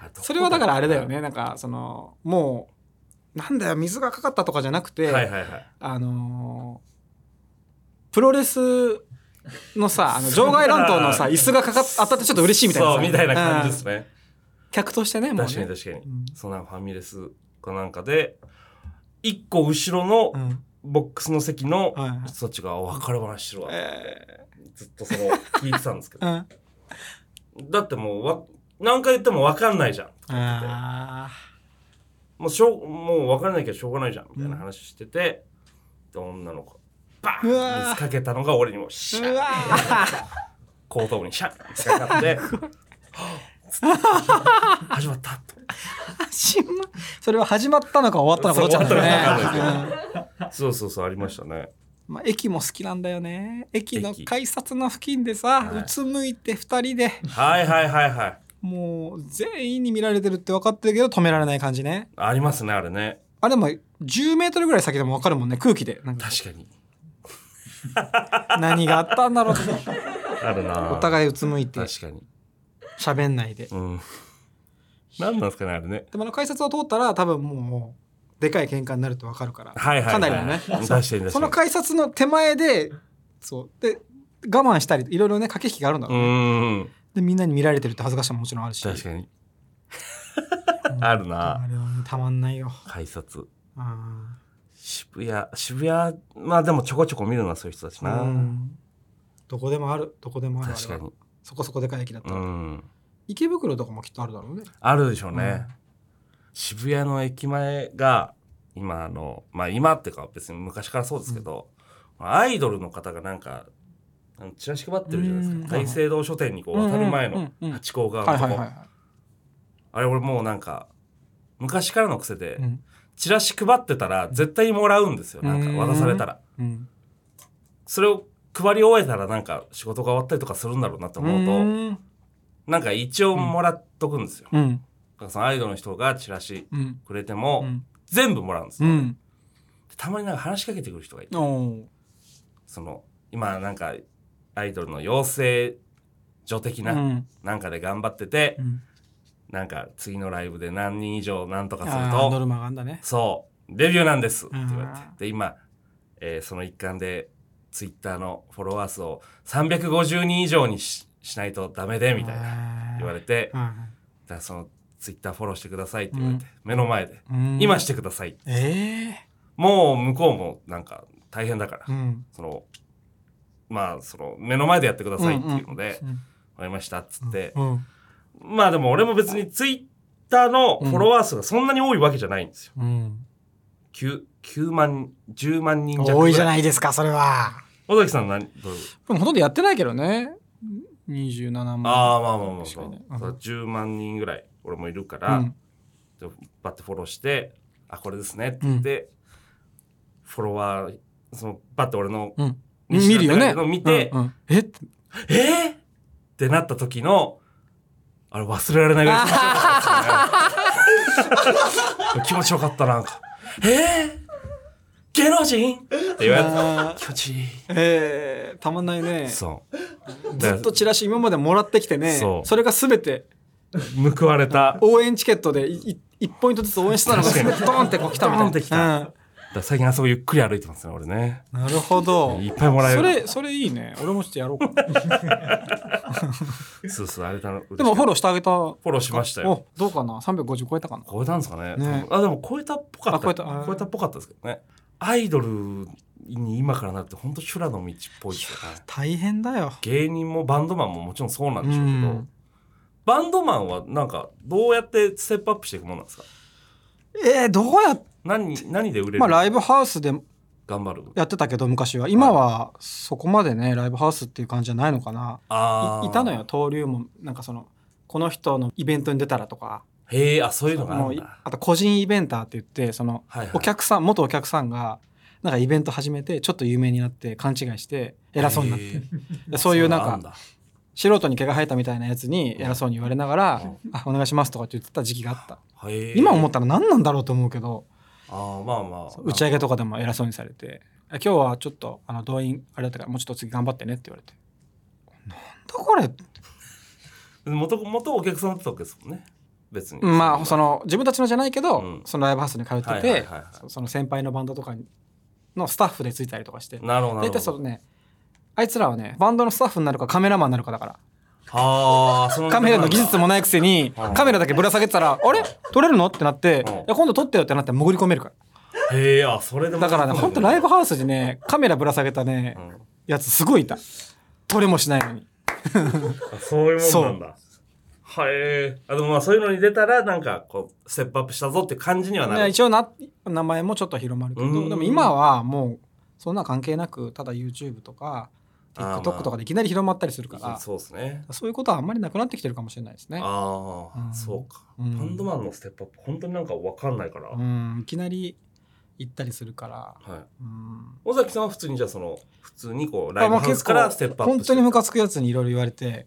B: あどこ
A: それはだからあれだよねなんかそのもうなんだよ水がかかったとかじゃなくて、
B: はいはいはい
A: あのープロレスのさあの場外乱闘 のさ椅子がかかっ当たってちょっと嬉しいみたいなさ
B: そうみたいな感じです
A: うん
B: ね
A: 客としてねもうね
B: 確かに確かに、
A: うん
B: そんなファミレスかなんかで一個後ろの
A: うん
B: ボックスの席の
A: はいはい
B: そっちが別れ話してるわ
A: え
B: ずっとその聞いてたんですけ
A: ー
B: ど
A: うん
B: だってもうわ何回言っても分かんないじゃん
A: あ
B: もうしょうもう分からないけどしょうがないじゃんみたいな話してて、で女の子バ
A: うわ
B: ーン
A: ー
B: 水かけたのが俺にもシ
A: ー
B: ャ
A: う
B: ッ
A: わー
B: 後頭部にシャッ水かかって始まったと
A: 始まそれは始まったのか終わったのかどっちなん
B: そう終わったのか
A: だ
B: 分
A: ね、うん
B: そうそうそうありましたね
A: まあ、駅も好きなんだよね駅の
B: 駅
A: 改札の付近でさ、
B: はいう
A: つむいて2人で
B: はいはいはいはい
A: もう全員に見られてるって分かってるけど止められない感じね
B: ありますねあれね
A: あでも10メートルぐらい先でも分かるもんね空気でなんか
B: 確かに
A: 何があったんだろう って
B: あるな
A: お
B: い
A: 互いうつむいて
B: 確かに
A: 喋んないで
B: うん何なんですかねあれね
A: でもあの改札を通ったら多分もうでかい喧嘩になると分かるから、
B: はいはい、はい、
A: かなりのね
B: 確かに確かに
A: その改札の手前でそうで我慢したりいろいろね駆け引きがあるんだ
B: う
A: ろう、
B: ーん
A: でみんなに見られてるって恥ずかしさももちろんあるし
B: 確かにあるな
A: あれはねたまんないよ
B: 改札
A: うん
B: 渋谷渋谷まあでもちょこちょこ見るのはそういう人たちな、
A: うんどこでもあるどこでもある
B: 確か
A: あれは
B: に
A: そこそこでかい駅だった
B: う
A: ら、
B: ん
A: 池袋とかもきっとあるだろうね
B: あるでしょうね、
A: うん
B: 渋谷の駅前が今あのまあ今っていうか別に昔からそうですけど、アイドルの方がなんかあのチラシ配ってるじゃないですか、
A: うん
B: 大聖堂書店にこう渡る前
A: うん
B: の
A: うんうんうん
B: 八甲
A: はい
B: 川のと
A: は
B: こ、
A: いはい
B: あれ俺もうなんか昔からの癖で、
A: うん
B: チラシ配ってたら絶対もらうんですよなんか渡されたら、
A: うん
B: それを配り終えたらなんか仕事が終わったりとかするんだろうなと思うと
A: ん
B: なんか一応もらっとくんですよ、
A: うんうん
B: だからそのアイドルの人がチラシ
A: うん
B: くれても、
A: うん
B: 全部もらうんです
A: う
B: よ、
A: ん
B: たまになんか話しかけてくる人がいて
A: おー
B: その今なんかアイドルの養成所的
A: う
B: な、
A: ん
B: なんかで頑張ってて、
A: うん
B: なんか次のライブで何人以上なんとかする
A: あーノ
B: と
A: ルマがあんだね
B: そうデビューなんですって言われて
A: あー
B: で今、えーその一環でツイッターのフォロワー数を350人以上にししないとダメでみたいな
A: な
B: 言われてだか
A: は
B: らそのツイッターフォローしてくださいって言われて、目の前で
A: いうん
B: 今してください
A: え
B: もう向こうもなんか大変だから
A: えうん
B: そのまあその目の前でやってくださいっていうので、
A: うん
B: わかりましたっつって、
A: うん
B: まあでも俺も別にツイッターのフォロワー数がそんなに多いわけじゃないんですよ。
A: うん
B: 9, 9万、10万人弱ぐらい。
A: 多いじゃ
B: い。
A: ないですかそれは
B: 尾崎さん何どう
A: でもほとんどやってないけどね27万
B: ああ、まあまあまあま
A: 確
B: あ。
A: か
B: そう
A: にねうん
B: 10万人ぐらい俺もいるか
A: う
B: ら、
A: ん
B: でバッてフォローして、あ、これですねって言って、フォロワー、そのバッて俺の、
A: うん
B: 西
A: 見
B: 田
A: るよね
B: の見て
A: うんうんえっ
B: えー、ってなった時の、あれ忘れられないぐらい気持ちよかったですね。気持ちよか ったなんか。えー、芸能人って言われた。
A: あー
B: 気持ちいい。
A: えーたまんないね
B: そう。
A: ずっとチラシ今までもらってきてね
B: そう
A: それが全て
B: 報われた。
A: 応援チケットでいい1ポイントずつ応援してたのが
B: 確
A: 全
B: か
A: て
B: に
A: ドーンってこう来たみたいな
B: ドーンって来た
A: うん
B: 最近あそこゆっくり歩いてますね、俺ね。
A: なるほど
B: いっぱいもらえ
A: そ
B: る。
A: れそれいいね俺もちょっとやろう かな
B: そうそう、あれたの。で
A: でもフォ
B: ロ
A: ローしてあげたフ
B: ー。フォローしましたよ。
A: おどうかな350超えたかな
B: 超えたんですかね。
A: ね
B: あ、でも超えたっぽかった。
A: あ超えたあー
B: 超えたっぽかったですけどね。アイドルに今からなるって本当修羅の道っぽいですよね。
A: 大変だよ
B: 芸人もバンドマンももちろんそうなんでしょうけど、
A: うん
B: バンドマンはなんかどうやってステップアップしていくものなんですか
A: えー、どうやっ
B: 何何で売れる、
A: まあライブハウスで
B: 頑張る
A: やってたけど昔は今はそこまでねライブハウスっていう感じじゃないのかな
B: あー
A: いいたのよ登竜もなんかそのこの人のイベントに出たらとか
B: へえあそういうのがあ
A: も
B: る
A: うんい
B: だ
A: あと個人イベンターって言ってその
B: はいはい
A: お客さん元お客さんがなんかイベント始めてちょっと有名になって勘違いして偉そうになっ
B: へ
A: て
B: ー
A: で そういうなん
B: そあ
A: か
B: んだ
A: 素人に毛が生えたみたいなやつに偉そうに言われながら
B: う
A: 「あお願いします」とかって言ってた時期があった
B: へー
A: 今思ったら何なんだろうと思うけど
B: ああまあまあ
A: 打ち上げとかでも偉そうにされて「あ今日はちょっとあの動員あれだったからもうちょっと次頑張ってね」って言われてなんだこれ
B: 元元お客さんだったわけですもんね別に
A: まあそ
B: の
A: の自分たちのじゃないけど、
B: うん
A: そのライブハウスに通ってて、
B: はいはいはいはい
A: そその先輩のバンドとかにのスタッフでついたりとかして
B: なるほどな
A: 大
B: るほ
A: 体その
B: ど
A: ねあいつらはねバンドのスタッフになるかカメラマンになるかだから
B: ああその
A: カメラの技術もないくせに
B: はい
A: カメラだけぶら下げてたら「あれ撮れるの?」ってなって
B: うん
A: いや「今度撮ってよ」ってなって潜り込めるか
B: へえあそれで
A: ら
B: も
A: だからねほんとライブハウスでねカメラぶら下げたね
B: うん
A: やつすごいいた撮れもしないのに
B: あそういうもんなんだ。はい、えー。あでもまあそういうのに出たらなんかこうステップアップしたぞっていう感じにはな
A: ね
B: る。
A: 一応な名前もちょっと広まるけ
B: う
A: ど
B: ん
A: でも今はもうそんな関係なくただ YouTube とか
B: あーまあ
A: TikTok とかでいきなり広まったりするから
B: そうですね。
A: そういうことはあんまりなくなってきてるかもしれないですね。
B: ああ、
A: うん
B: そうか。
A: うん
B: バンドマンのステップアップ本当になんかわかんないか
A: う
B: ら。はい。
A: んいきなり行ったりするから。うん
B: 尾崎さんは普通にじゃあその普通にこうラ
A: あ
B: イブ
A: まあ
B: ハウス
A: 結構
B: からステップアッ
A: 本
B: プして
A: 当
B: る。
A: にムカつくやつにいろいろ言われて、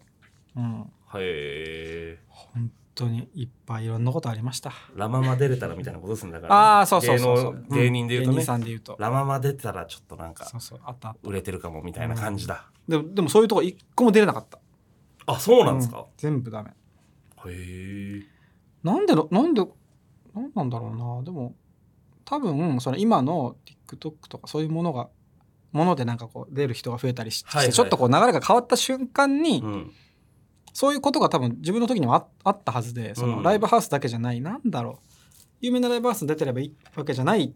A: うん、
B: はい、え
A: 本当にいっぱいいろんなことありました。
B: ー。ラママ出れたらみたいなことですんだから、
A: ああそうそうそうそう
B: 芸能芸人で言う
A: ん
B: と
A: 芸
B: ね
A: 人、さんで言うと
B: ラママ出てたらちょっとな
A: そ
B: んか
A: うそうあったあっ
B: 売れてるかもみたいな感じだ。
A: たでもでもそういうとこ一個も出れなかった
B: あそうなんですか。
A: 全部ダメ
B: へえ。
A: なんでのなんでなんなんだろうなでも多分その今の TikTok とかそういうものがものでなんかこう出る人が増えたりしして、
B: はいはい
A: ちょっとこう流れが変わった瞬間に、
B: うん。
A: そういうことが多分自分の時にはああったはずでそ
B: うん
A: のライブハウスだけじゃない、なんだろう有名なライブハウスに出てればいいわけじゃない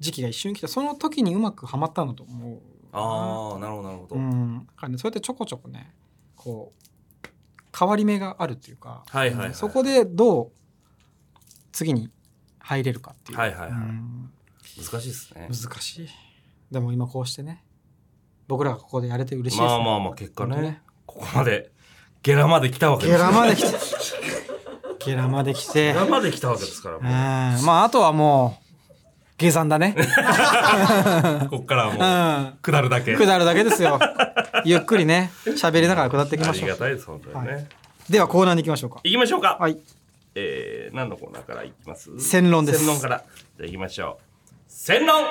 A: 時期が一瞬来たその時にうまくはまったのと思う
B: ああなるほどなるほど。
A: うんだからねそうやってちょこちょこねこう変わり目があるっていうか、
B: はいはいはい
A: うんそこでどう次に入れるかっていう、
B: はいはいはい
A: うん
B: 難しいですね。
A: 難しいでも今こうしてね僕らがここでやれて嬉しいです
B: ま
A: ね、
B: あまあまあ結果
A: 本当
B: ねここまでゲラまで来たわけで
A: ゲ
B: す
A: ラ
B: から
A: まで来てゲラまで来て
B: ゲラまで来たわけですから
A: うん
B: もう
A: まああとはもう下山だね。
B: こっから
A: う
B: は
A: ん
B: もう。下るだけ
A: 下るだけですよ。ゆっくりね、喋りながら下っていき
B: あ
A: まし
B: り
A: ょ
B: が
A: う。
B: たいです本当にね、、
A: はいではコーナーに行きましょうか。
B: きましょうか、
A: はい。
B: えー、何のコーナーからいきます
A: 戦論です
B: 戦論からじゃあいきましょう戦論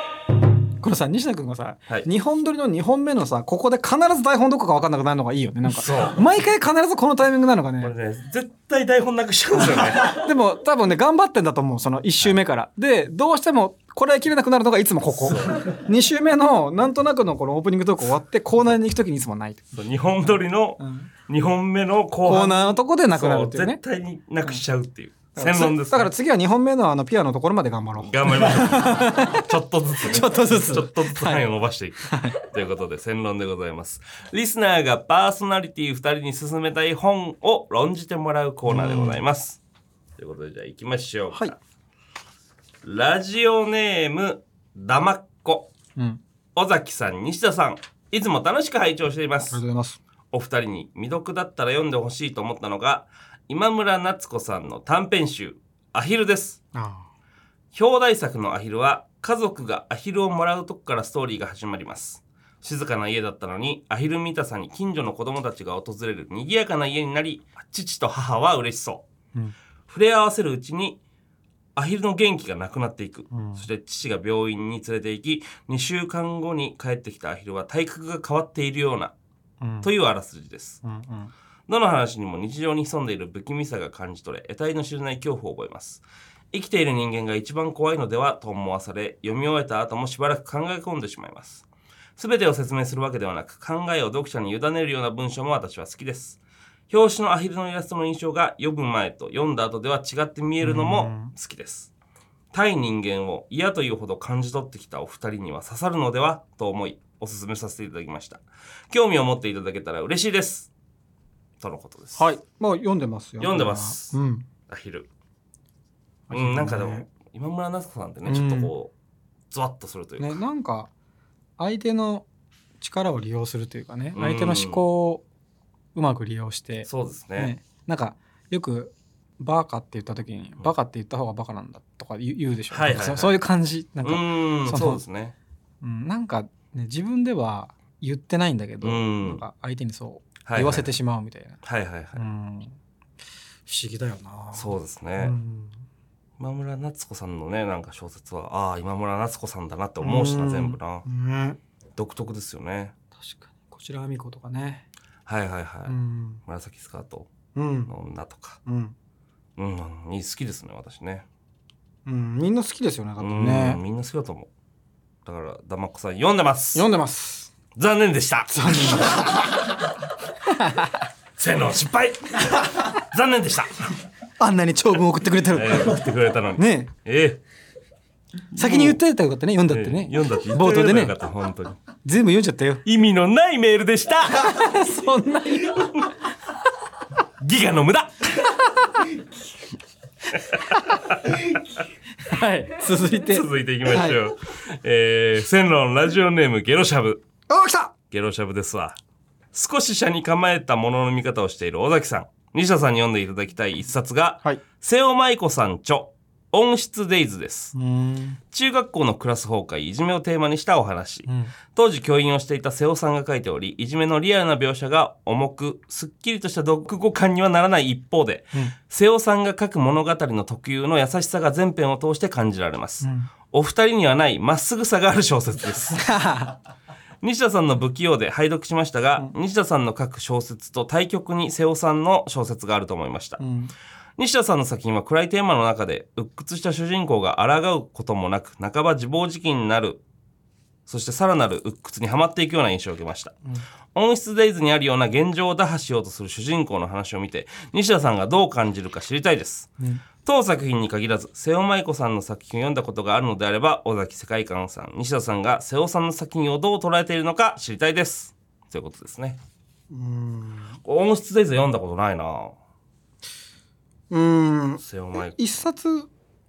A: このさ、西田君がさ、
B: はい
A: 2本撮りの2本目のさ、ここで必ず台本どこか分かんなくなるのがいいよね。なんか
B: そう、
A: 毎回必ずこのタイミングなのが
B: これ
A: ね。
B: ね絶対台本なくしちゃうんです よね
A: でも多分ね、頑張ってんだと思う。その1周目から。で、どうしてもこれ切れなくなるのがいつもここ。2周目のなんとなくのこのオープニングトーク終わってコーナーに行くときにいつもない。
B: そう2本撮りの
A: うん
B: 2本目の後
A: コー
B: 半
A: ナーのとこでなくなるってい
B: そうう
A: ね
B: 絶。対になくしちゃうっていう戦論です、
A: だから次は2本目のあのピアノのところまで頑張ろう。
B: 頑張りましょうちょっとずつね、
A: ちょっとずつ
B: ちょっとずつ範囲を伸ばしていく、ということで戦論でございますリスナーがパーソナリティ2人に勧めたい本を論じてもらうコーナーでございますということでじゃあ行きましょうか、
A: はい
B: ラジオネームだまっこ
A: うん。あり
B: 尾崎さん西田さんいつも楽しく拝聴していま
A: がとう
B: す
A: ございます。
B: お二人に未読だったら読んでほしいと思ったのが今村夏子さんの短編集「アヒル」です
A: あ
B: 表題作のアヒルは家族がアヒルをもらうとこからストーリーが始まります静かな家だったのにアヒル見たさに近所の子供たちが訪れる賑やかな家になり父と母は嬉しそう、
A: うん
B: 触れ合わせるうちにアヒルの元気がなくなっていく、
A: うん
B: そして父が病院に連れて行き2週間後に帰ってきたアヒルは体格が変わっているような
A: あ。うん
B: というあらすじです
A: うんうん。
B: どの話にも日常に潜んでいる不気味さが感じ取れ、得体の知れない恐怖を覚えます。生きている人間が一番怖いのではと思わされ、読み終えた後もしばらく考え込んでしまいます。すべてを説明するわけではなく、考えを読者に委ねるような文章も私は好きです。表紙のアヒルのイラストの印象が読む前と読んだ後では違って見えるのも好きです。対人間を嫌というほど感じ取ってきたお二人には刺さるのではと思い、おすすめさせていただきました。興味を持っていただけたら嬉しいです。とのことです。
A: はい。まあ読んでますよ。
B: 読んでます
A: うん。
B: アヒル。
A: ア
B: う
A: ヒルね
B: ん、なんかでも、今村夏子さんってね、ちょっとこう、ゾワッとするというか。
A: ね、なんか相手の力を利用するというかね、
B: うん
A: 相手の思考をうまく利用して、
B: そうですね
A: ねなんかよくバカって言った時に、バカって言った方がバカなんだとか言う言うでしょ、
B: はいはいはい
A: そそういう感じなん
B: う
A: か、うん
B: ーん、
A: その
B: そうですね。
A: なんか、ね、自分では言ってないんだけど、
B: うん
A: なんか相手にそう
B: はいはい
A: 言わせてしまうみたいな、
B: はいはいはい。
A: うん不思議だよな
B: そうです
A: う
B: ね。
A: ん
B: 今村夏子さんのね、なんか小説は、ああー、今村夏子さんだなって思うし
A: う
B: な、
A: ん
B: 全部な
A: う。ん
B: 独特ですよね。
A: 確かにこちらあみことかね、
B: はいはいは
A: う
B: い。
A: ん
B: 紫スカート
A: うん
B: の女とか。
A: うん
B: うん、いい好きですね、私ね。
A: うん、みんな好きですよね多
B: う
A: 分
B: ん、
A: ね、
B: みんな好きだと思う。だから、ダマッコさん読んでます
A: 読んでます。
B: 残念でした
A: 残念だ
B: 洗脳失敗残念でした
A: あんなに長文送ってくれて
B: え
A: る。
B: ー送ってくれたのに。
A: ね
B: え
A: え先に言ってたよかったね、読んだってね。
B: 読んだって言
A: 冒頭で
B: よか
A: ね
B: っ、た本当に
A: 全部読んじゃ ったよ。
B: 意味のないメールでした
A: そんなに。
B: ギガの無駄
A: はい、続いて。
B: 続いていきましょう、えー、線路ラジオネームゲロシャブ
A: お、来た
B: ゲロシャブですわ少し車に構えたものの見方をしている尾崎さん西田さんに読んでいただきたい一冊が、
A: はい。
B: 瀬尾舞子さん著音質デイズです
A: うん。
B: 中学校のクラス崩壊いじめをテーマにしたお話、当時教員をしていた瀬尾さんが書いておりいじめのリアルな描写が重くすっきりとした読後感にはならない一方で、
A: うん
B: 瀬尾さんが書く物語の特有の優しさが全編を通して感じられます、お二人にはないまっすぐさがある小説です 西田さんの不器用で拝読しましたが、西田さんの書く小説と対極に瀬尾さんの小説があると思いました、
A: うん。
B: 西田さんの作品は暗いテーマの中で鬱屈した主人公が抗うこともなく半ば自暴自棄になるそしてさらなる鬱屈にはまっていくような印象を受けました、音質デイズにあるような現状を打破しようとする主人公の話を見て西田さんがどう感じるか知りたいです、当作品に限らず瀬尾舞子さんの作品を読んだことがあるのであれば尾崎世界観さん西田さんが瀬尾さんの作品をどう捉えているのか知りたいですということですね音質デイズ読んだことないな
A: うん。うん。
B: 瀬尾舞子
A: 一冊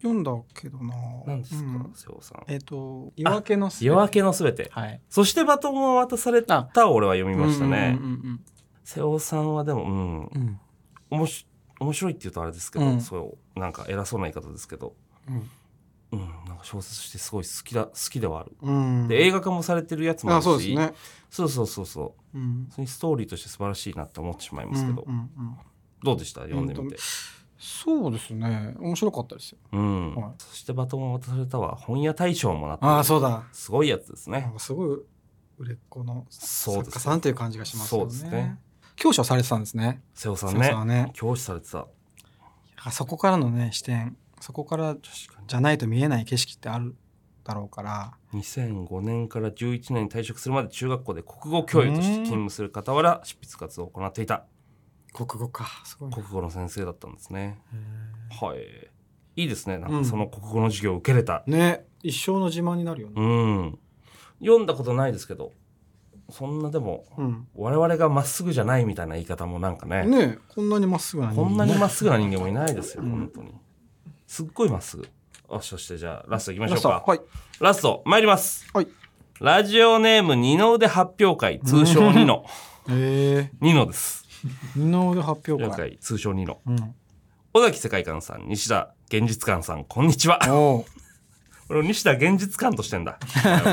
A: 読んだけどな。
B: 何ですか、
A: うん
B: 瀬尾さん
A: えっと、夜明けのすべて
B: 夜明けのすべて。
A: はい。
B: そしてバトンを渡されたを俺は読みましたね
A: う。ん
B: 瀬尾さんはでも、うん
A: うんうん。うん。
B: おもし面白いって言うとあれですけど、
A: うん
B: そう、なんか偉そうな言い方ですけど、
A: うん
B: ううん、なんか小説してすごい好きだ好きではある、
A: うん
B: で映画化もされてるやつも
A: あ
B: あるし
A: そうですね
B: そうそうそうそう
A: うん
B: 普通にストーリーとして素晴らしいなって思ってしまいま
A: うん
B: すけど、
A: うんうん
B: どうでした読んでみて、
A: そうですね面白かったですよ
B: うん
A: はい
B: そして「バトンを渡された」は本屋大賞もなって
A: ああそうだ
B: すごいやつです
A: な
B: ね
A: んかすごい売れっ子の
B: そ
A: 作
B: うで
A: 家
B: す
A: さんという感じがしますよね
B: そうですね
A: 教師をされてたんですね
B: 瀬尾さん
A: 瀬尾
B: ね
A: さんはね
B: 教師されてた
A: あそこからのね視点そこから
B: 確か
A: じゃないと見えない景色ってあるだろうから
B: に2005年から11年に退職するまで中学校で国語教諭として勤務する傍ら執筆活動を行っていた
A: 国語かすごいな
B: 国語の先生だったんですね
A: へ
B: はいいいですねなん
A: う
B: か
A: ん
B: その国語の授業を受けれた
A: ーね一生の自慢になるよね
B: うん、読んだことないですけどそんなでも
A: うん
B: 我々がまっすぐじゃないみたいな言い方もなんかね
A: ねこんなにまっすぐな人
B: こんなにまっすぐな人間もい
A: い
B: ないですよ、
A: うん
B: 本当にすっごいまっすぐあそしてじゃあラストいきましょ
A: ま
B: う
A: した
B: か
A: はい
B: ラスト参ります、
A: はい
B: ラジオネーム二の腕発表会通称二の
A: え
B: 二のです
A: ー、二の腕発表
B: 了
A: 会
B: 解通称二の
A: うん
B: 尾崎世界観さん西田現実観さんこんにちは
A: おう
B: 俺を西田現実観としてんだ、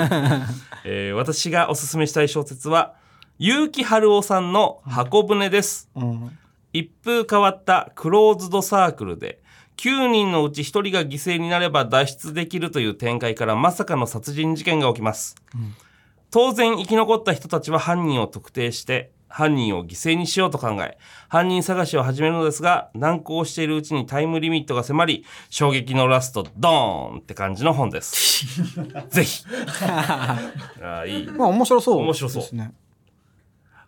B: えー私がおすすめしたい小説は結城春夫さんの箱舟です
A: うん
B: 一風変わったクローズドサークルで9人のうち1人が犠牲になれば脱出できるという展開からまさかの殺人事件が起きます、
A: ん
B: 当然生き残った人たちは犯人を特定して犯人を犠牲にしようと考え犯人探しを始めるのですが難航しているうちにタイムリミットが迫り衝撃のラストドーンって感じの本です ぜひあーいい
A: まあ面白そう
B: 面白そう
A: ですね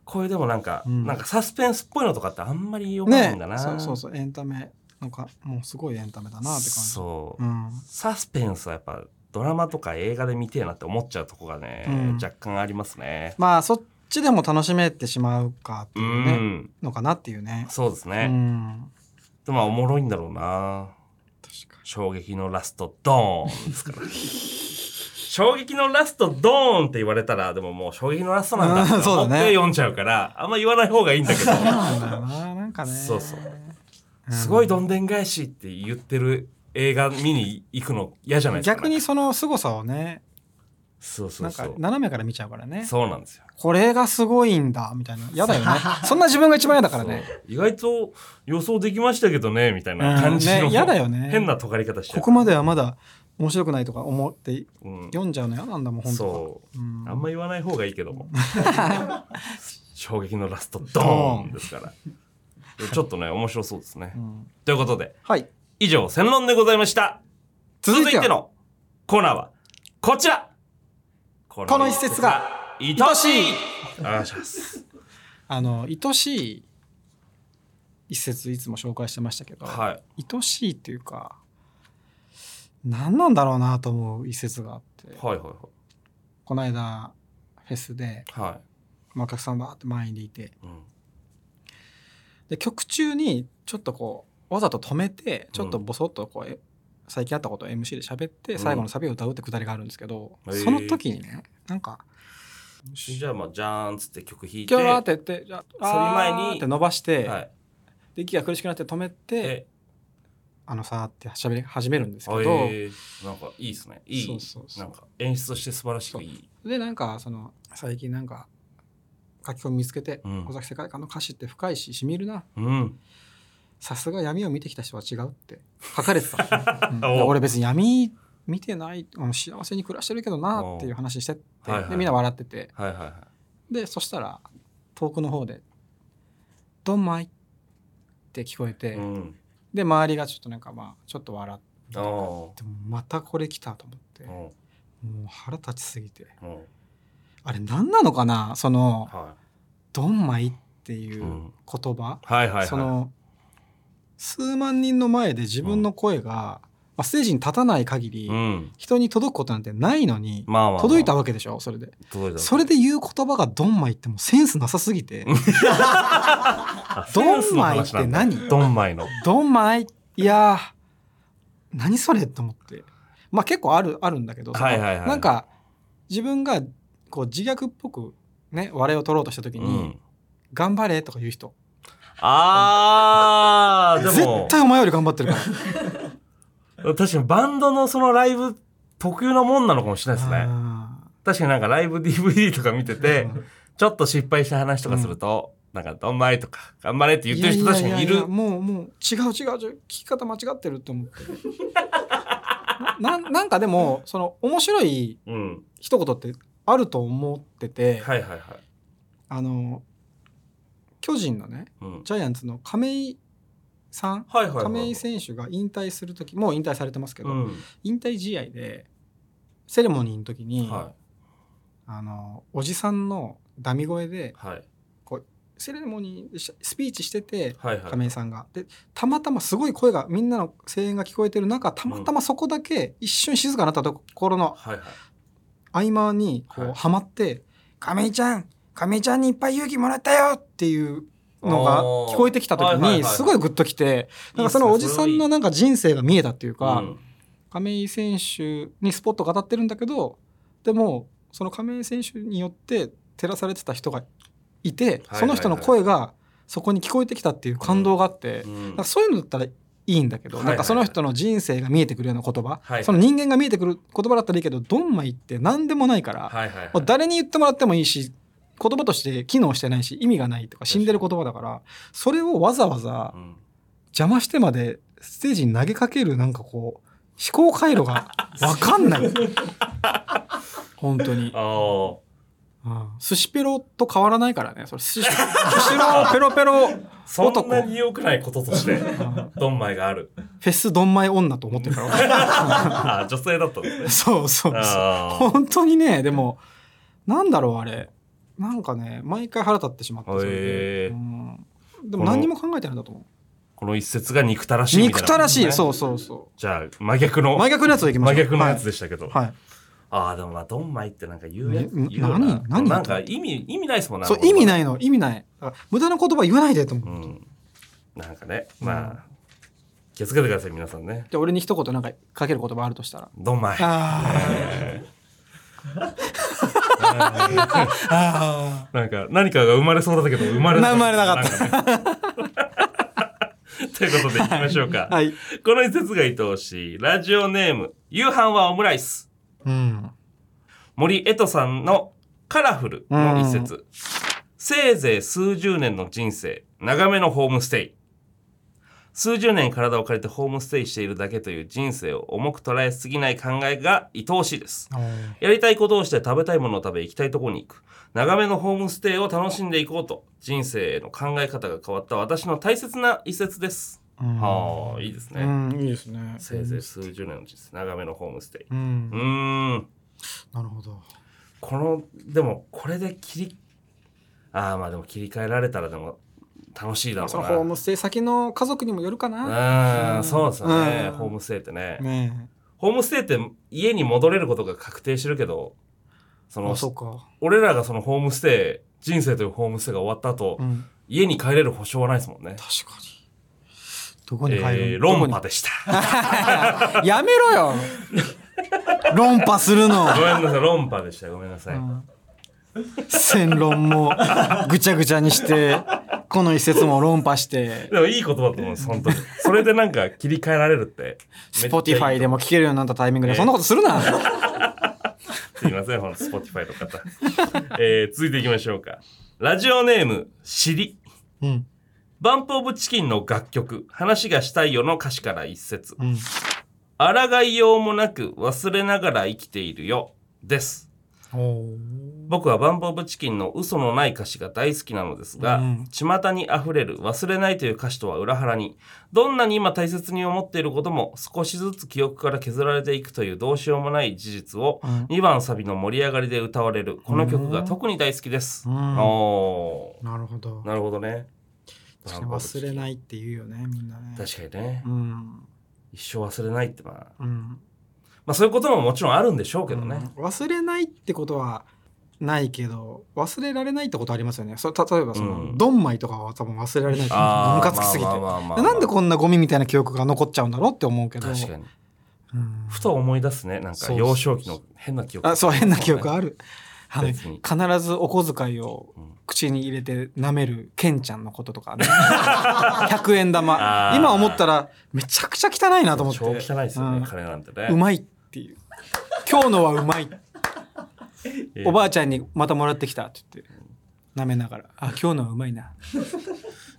B: これでもなんか、
A: うん
B: なんかサスペンスっぽいのとかってあんまりよくない
A: ね
B: んだな、
A: そうそうそうエンタメなんかもうすごいエンタメだなって感じ
B: そう、
A: うん
B: サスペンスはやっぱドラマとか映画で見てえなって思っちゃうとこがね、
A: うん
B: 若干ありますね。
A: まあそっちでも楽しめてしまうかって
B: う
A: いう、
B: ん、
A: ねのかなっていうね
B: そうです
A: う
B: ね。
A: ん
B: でもまあおもろいんだろうな。
A: 確か
B: 衝撃のラストドーンですから。 衝撃のラストドーンって言われたらでももう衝撃のラストなんだって
A: うんそうだ
B: 思
A: ね
B: って読んじゃうからあんま言わない方がいいんだけど
A: にそうなんだよななんかね
B: そうそうすごいどんでん返しって言ってる映画見に行くの嫌じゃないですか
A: 逆にその凄さをね
B: そうそ
A: な
B: うんそ
A: か
B: う
A: 斜めから見ちゃうからね
B: そうなんですよ
A: これがすごいんだみたいな嫌だよねそんな自分が一番嫌だからね
B: そう意外と予想できましたけどねみたいな感じ
A: うん
B: の、
A: ね嫌だよね
B: 変な尖り方して
A: ここまではまだ面白くないとか思って
B: うん、
A: 読んじゃうの嫌なんだもん本当
B: そう、
A: うん
B: あんま言わない方がいいけ ども衝撃のラストドーンですからちょっとね面白そうですね、
A: うん
B: ということで
A: はい
B: 以上戦論でございました続
A: 続
B: い
A: い
B: て
A: ては
B: のコーナーはこちらこ
A: この一節が
B: 愛
A: 愛
B: し
A: し
B: い
A: い
B: あします
A: あの愛しい一節いつも紹介してましたけど、
B: はい
A: 愛しいっていうか何なんだろうなと思う一節があって
B: はいはいは
A: この間フェスで、
B: いは
A: まあ、お客さんバーって前にいて
B: い、うん
A: で曲中にちょっとこうわざと止めてちょっとボソッとこう、え最近あったことを MC で喋って最後のサビを歌うってくだりがあるんですけど、
B: うん
A: その時にねなんか
B: じゃあまあじゃーんっつって曲弾い
A: 「
B: て
A: 今日は」って言って「じゃあ
B: それ前
A: あ
B: に
A: ーって伸ばして、
B: はい
A: で息が苦しくなって止めて
B: え
A: 「あのさ」って喋り始めるんですけど、
B: えー、なんかいいですねいい
A: そうそうそう
B: なんか演出として素晴らしくいい
A: でなんかその最近なんか書き込み見つけて「
B: うん
A: 尾崎世界観の歌詞って深いししみるな
B: うん
A: さすが闇を見てきた人は違う」って書かれて た、うん
B: おう
A: 俺別に闇見てないあの幸せに暮らしてるけどなっていう話してって、
B: おうはいはい
A: でみんな笑ってて
B: はいはいはい
A: でそしたら遠くの方で「ドンマイ」って聞こえて、
B: うん
A: で周りがちょっとなんかまあちょっと笑って
B: ああ
A: でもまたこれ来たと思って
B: う
A: も
B: ん
A: う腹立ちすぎて
B: うん
A: あれ何なのかなその
B: は
A: 「ドンマイ」っていううん言葉、
B: いはいはいはい
A: その数万人の前で自分の声が、まあ、ステージに立たない限り、
B: うん
A: 人に届くことなんてないのに、
B: まあまあ、まあ、
A: 届いたわけでしょそれで
B: 届いた
A: それで言う言葉が「ドンマイ」ってもうセンスなさすぎて
B: あ
A: 「ドンマイ」って
B: センスの話なんだ
A: 何
B: ドンマイの
A: ドンマイいやー何それと思ってまあ結構あるあるんだけどその
B: はいはいはい
A: なんか自分がこう自虐っぽくね笑いを取ろうとした時
B: う
A: に「
B: ん
A: 頑張れ」とか言う人
B: あーでも
A: 絶対お前より頑張ってるから
B: 確かにバンドのそのライブ特有なもんなのかもしれないですね。
A: あ
B: 確かになんかライブ DVD とか見てて
A: うん、
B: ちょっと失敗した話とかすると、なんか、どんまいとか、頑張れって
A: ー
B: 言ってる人確かにい
A: やややや
B: る。
A: もうもう違う違う違う聞き方間違ってると思って ななんかでもその面白い
B: うん。
A: 一言ってあると思ってて、
B: はいはいはい。
A: あの巨人のね
B: うん。
A: ジャイアンツの亀井さん
B: はいはいはい。
A: 亀井選手が引退する時もう引退されてますけど、
B: うん。
A: 引退試合でセレモニーの時に、
B: は
A: あのおじさんのダミ声
B: い。
A: で
B: はい。
A: セレモニーでしスピーチしてて
B: はいはい。
A: 亀井さんが。でたまたますごい声がみんなの声援が聞こえてる中たまたまそこだけ一瞬静かになったところの
B: はいはい。
A: 合間にこ
B: は
A: う
B: い
A: はまって「亀井ちゃん亀井ちゃんにいっぱい勇気もらったよ!」っていうのが聞こえてきた時
B: あーはいはい
A: に
B: はい
A: すごいグッときてなんかそのおじさんのなんか人生が見えたっていうか。
B: うん
A: 亀井選手にスポットが当たってるんだけどでもその亀井選手によって照らされてた人がいて、
B: はい
A: その人の声がそこに聞こえてきたっていう感動があって、
B: うん
A: なんかそういうのだったらいいんだけど、
B: はい
A: なんかその人の人生が見えてくるような言葉、
B: はい
A: その人間が見えてくる言葉だったらいいけどドンマイって何でもないから、
B: はいはいはい。
A: もう誰に言ってもらってもいいし言葉として機能してないし意味がないとか死んでる言葉だからそれをわざわざ
B: うん
A: 邪魔してまでステージに投げかけるなんかこう思考回路 が分かんない 本当に、
B: あー
A: うん寿司ペロと変わらないからねそれ寿司寿司ロペロペロ、うん
B: そんなに良くないこととして、
A: フ
B: ドンマイがある。
A: ェスドンマイ女と思ってる から
B: ああ、女性だったんですね
A: 俺。そうそうそう
B: あー
A: 本当にねでもなんだろうあれなんかね毎回腹立ってしまってそれで
B: へー
A: うんでも何にも考えてないんだと思う
B: この一節が憎たらしいみたいな。
A: 憎たらしい
B: そう。
A: そうそうそ
B: じゃあ、真逆
A: う
B: の、
A: 真逆のやつをいきましょ
B: 真
A: う
B: 逆のやつでしたけど。
A: はい、はい
B: ああ、でもまあ、ドンマイってなんか言うやつ、
A: ね
B: 言うよな
A: 何何
B: なんか意味、意味ないですもんね。。
A: そう意味ないいの意味ないだから無駄な言葉言わないでと思う、
B: うん。なんかね、まあ、気をつけてください、皆さんね。
A: じゃあ俺に一言なんかかける言葉あると したら
B: ドンマイ。
A: ああ
B: なんか、何かが生まれそうだったけど、生まれ
A: 生まれなかった
B: た。なんかねということで、行きましょうか。
A: はい
B: この一節が愛おしい。ラジオネーム、夕飯はオムライス。
A: うん
B: 森江戸さんのカラフルの一節。せいぜい数十年の人生、長めのホームステイ。数十年体を借りてホームステイしているだけという人生を重く捉えすぎない考えが愛おしいです。やりたいことをして食べたいものを食べ行きたいところに行く。長めのホームステイを楽しんでいこうと、人生への考え方が変わった私の大切な一節です。
A: うん
B: はあ、いいですね。
A: うんいいですね
B: せいぜい数十年のうちです。長めのホームステイ。
A: う
B: うんーん。
A: なるほど
B: この、でも、これで切り、ああ、まあでも切り替えられたらでも、楽しいだろう
A: そのホー
B: な。
A: ムステイ先の家族にもよるかな
B: うーん、そうですよね。
A: うん
B: ホームステイってね。
A: ね
B: ホームステイって家に戻れることが確定してるけど、そ
A: え
B: の
A: あ、そうか
B: 俺らがそのホームステイ、人生というホームステイが終わった後、
A: うん
B: 家に帰れる保証はないですもんね。
A: 確かにどこに入る
B: えー、論
A: ど
B: 破
A: こ
B: でした。
A: にやめろよ論破するの
B: ごめんなさい、論破でした。ごめんなさい。
A: 戦論もぐちゃぐちゃにしてこの一節も論破して
B: でもいいことだと思うんです、本当に。それでなんか切り替えられるって。
A: Spotify で
B: も。
A: も聴けるようになったタイミングでそんなことするな、
B: すいません、ほんと Spotify の方。 えー、続いていきましょうか。ラジオネーム、シリ。
A: うん
B: バンプオブチキンの楽曲、話がしたいよの歌詞から一節。
A: うん、
B: 抗いようもなく忘れながら生きているよ。です。
A: お
B: 僕はバンプオブチキンの嘘のない歌詞が大好きなのですが、
A: うん
B: 巷に溢れる忘れないという歌詞とは裏腹に、どんなに今大切に思っていることも少しずつ記憶から削られていくというどうしようもない事実を、
A: うん
B: 2番サビの盛り上がりで歌われる、この曲が特に大好きです。
A: うん
B: お
A: なるほど
B: ーなるほどね。。
A: 確かに忘れないいって言うよねみんなね
B: 確かにね
A: う。ん
B: 一生忘れないってまあ、
A: うん
B: まあそういうことももちろんあるんでしょうけどね。
A: うん忘れないってことはないけど忘れられないってことありますよねそ例えばその、
B: うん
A: ドンマイとかは多分忘れられないと思う
B: ー
A: ムカつきすぎて、
B: まあまあまあまあまあ
A: なんでこんなゴミみたいな記憶が残っちゃうんだろうって思うけど
B: 確かに。
A: うん
B: ふと思い出すね。なんか
A: そう
B: 幼少期の変な記憶。
A: あそう変な記憶
B: る。
A: あるあの
B: 別に
A: 必ずお小遣いを
B: うん
A: 口に入れて舐めるケンちゃんのこととかね 100円玉
B: あー
A: 今思ったらめちゃくちゃ汚いなと思って
B: 超汚いですよね、
A: うん
B: 金なんてね
A: うまいっていう今日のはうまい
B: ええ
A: おばあちゃんにまたもらってきたって言って舐めながらあ今日のはうまいな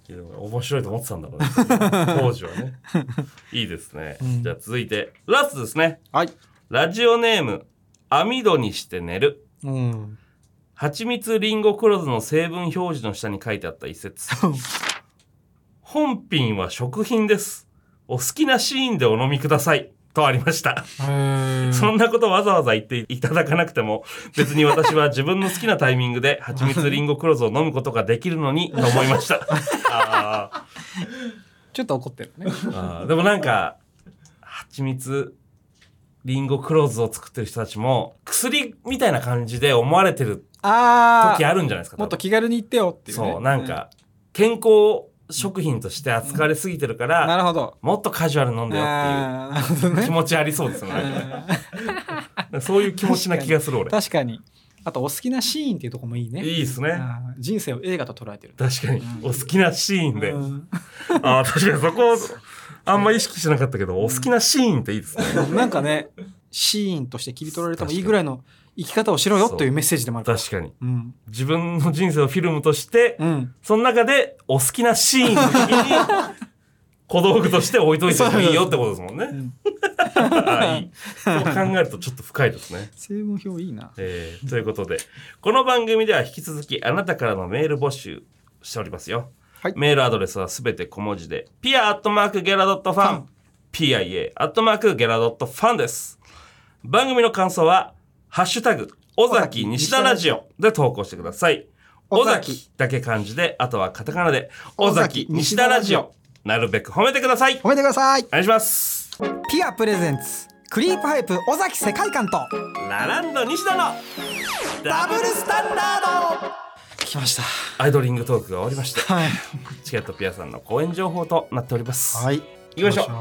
A: い
B: や面白いと思ってたんだろうね当時は ねいいですね、
A: ん
B: じゃあ続いてラストですね
A: はい
B: ラジオネーム網戸にして寝る
A: うん
B: 蜂蜜リンゴ黒酢の成分表示の下に書いてあった一 節本品は食品ですお好きなシーンでお飲みくださいとありましたそんなことわざわざ言っていただかなく ても、別に私は自分の好きなタイミングで蜂蜜リンゴ黒酢を飲むことができるのにと思い ました。あ
A: ちょっと怒ってる ね
B: ーあーでもなんか、蜂蜜リンゴ黒酢を作ってる人たちも、薬みたいな感じで思われてる
A: あ
B: 時
A: あ
B: あるんじゃないですか。
A: もっと
B: 多
A: 気軽に言ってよって
B: 分
A: いう、ね、
B: そう、なんか、健康食品として扱われすぎてるか
A: うんな
B: ら、
A: るほど
B: もっとカジュアルに飲んでよっ
A: あーなるほど
B: ていう
A: ね
B: 気持ちありそうですよね。そういう気持ちな気がする俺。
A: 確かにあとお好きなシーンっていうとこもいいね
B: いいですね。
A: あー人生を映画と捉えてる
B: 確かに、
A: うん
B: お好きなシーンで、
A: うん
B: ああ確かにそこあんま意識してなかったけどお好きなシーンっていいですね
A: なんかねシーンとして切り取られてもいいぐらいの生き方をしろよというメッセージでもあるから
B: 確かに
A: うん
B: 自分の人生をフィルムとして、
A: うん
B: その中でお好きなシーンの時に小道具として置いといてもいいよってことですもん
A: う
B: ね、
A: ん
B: はいいそう考えるとちょっと深いですね
A: 成分表いいな
B: えーということで、この番組では引き続きあなたからのメール募集しておりますよ。
A: はい
B: メールアドレスはすべて小文字で、pia.gera.fan、pia.gera.fan です。番組の感想は、ハッシュタグ、尾崎西田ラジオで投稿してください。尾
A: 尾崎
B: 崎だけ漢字で、あとはカタカナで、尾
A: 尾
B: 崎
A: 崎
B: 西田ラジオ。なるべく褒めてください。
A: 褒めてください
B: お願いします。
A: ピアプレゼンツクリープハイプ尾崎世界観と
B: ラランド西田の
A: ダブルスタンダード来ました
B: アイドリングトークが終わりました。
A: はい
B: チケットピアさんの公演情報となっております。
A: はい
B: 行きましょう
A: 行
B: う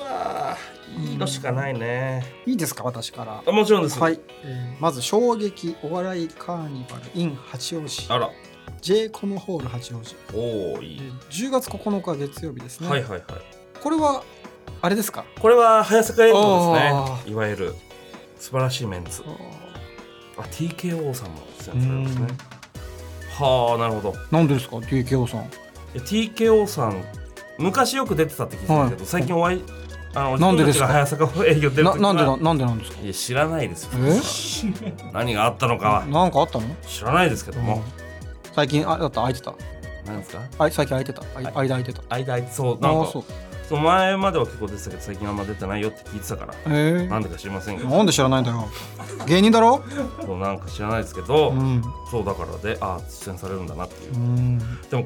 B: わーいいのしかないね。
A: いいですか私から
B: あもちろんです。
A: はい、えーまず衝撃お笑いカーニバル in 八王子
B: あら、
A: J コムホール八王子
B: おお
A: え
B: いい。
A: ー10月9日月曜日ですね、
B: はいはいはい。
A: これはあれですか
B: これは早坂エンドで
A: あ
B: すね。いわゆる素晴らしいメンツ。あ、TKO さんも出演されるんですね。はあ、なるほど。
A: なんでですか TKO さん
B: いや TKO さん昔よく出てたって聞いてたけど、
A: はい
B: 最近お会いあの
A: なんでですか
B: 自分たちが早坂営業出る
A: な
B: 時
A: なんでな
B: は
A: なんでなんですか
B: いや知らないですよ。
A: え
B: 何があったのかは
A: なんかあったの、
B: 知らないですけども。
A: 最近あだった空いてた
B: なんですか。
A: あい最近空いてたあい
B: はい
A: 間空いてた
B: 間空いてそう
A: あ
B: なん
A: あ
B: か
A: そう
B: そう前までは結構出てたけど最近あんま出てないよって聞いてたから
A: え
B: なんでか知りませんけ
A: ー、
B: ど
A: なんで知らないんだよ芸人だろ
B: そうなんか知らないですけど、
A: うん
B: そうだからでああ出演されるんだなっていう
A: うん
B: でも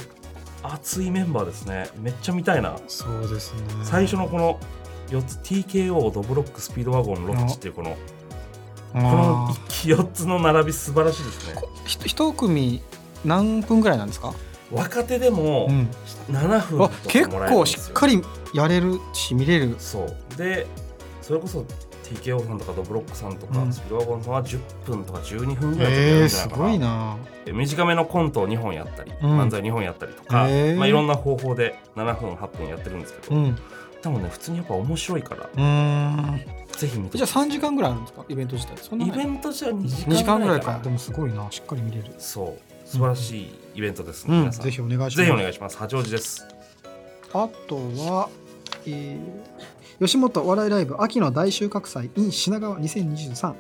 B: 熱いメンバーですねめっちゃ見たいな、
A: そうですね
B: 最初のこの4つ TKO ドブロックスピードワゴンロッチっていうこのこの
A: あ
B: 4つの並び素晴らしいですね
A: ーひと一組何分ぐらいなんですか、
B: 若手でも
A: うん、
B: 7分と
A: あ
B: か
A: 結
B: もらえるん
A: 構
B: ですよ
A: しっかりやれるし見れる
B: そうでそれこそ TKO さんとかドブロックさんとか、
A: うん
B: スピードワゴンさんは10分とか12分ぐらいでや
A: え
B: る
A: ー、
B: んじゃな
A: す
B: いか
A: ご
B: ない
A: な
B: え短めのコントを2本やったり、
A: うん
B: 漫才2本やったりとか、
A: へー
B: まあ、いろんな方法で7分8分やってるんですけ
A: う
B: ど、
A: んう
B: 多分ね普通にやっぱ面白いから
A: ーん
B: ぜひ見て
A: じゃあ3時間ぐらいあるんですかイベント自体そんな
B: イ
A: ない
B: ベントじゃ2
A: 2時間
B: 時間
A: ぐ
B: ぐ
A: ら
B: ら
A: い
B: いかな
A: かでもすごいなしっかり見れる
B: そう素晴らしいイベントです、ね
A: う
B: 皆
A: ん
B: さん
A: ぜひお願いし
B: ぜひお
A: ます
B: 願いします八王子です
A: あとは、えー吉本お笑いライブ秋の大収穫祭 in 品川2023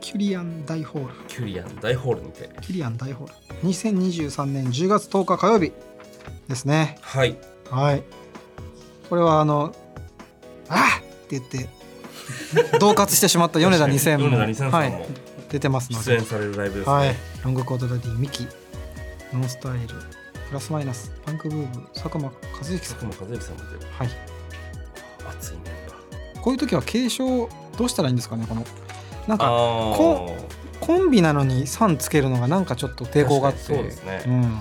A: キュリアン大ホール
B: キュリアン大ホールにて
A: キュリアン大ホール2023年10月10日火曜日ですね
B: はい
A: はい。これはあの、あっって言って、同喝してしまった米田2000も
B: 米田2000さんも、
A: はい、出てますの
B: 出演
A: で、
B: されるライブですね、
A: はい、ロングコートダディ、ミキ、ノンスタイル、プラスマイナス、パンクブーブー、佐久間和之さ
B: 佐
A: ん。
B: 久間一之さんも出る
A: はい。
B: 熱いメンバー
A: こういう時は継承どうしたらいいんですかね、この。なんか
B: あー
A: こコンビなのに「さん」つけるのがなんかちょっと抵抗があって
B: 確かにそうですね
A: うん、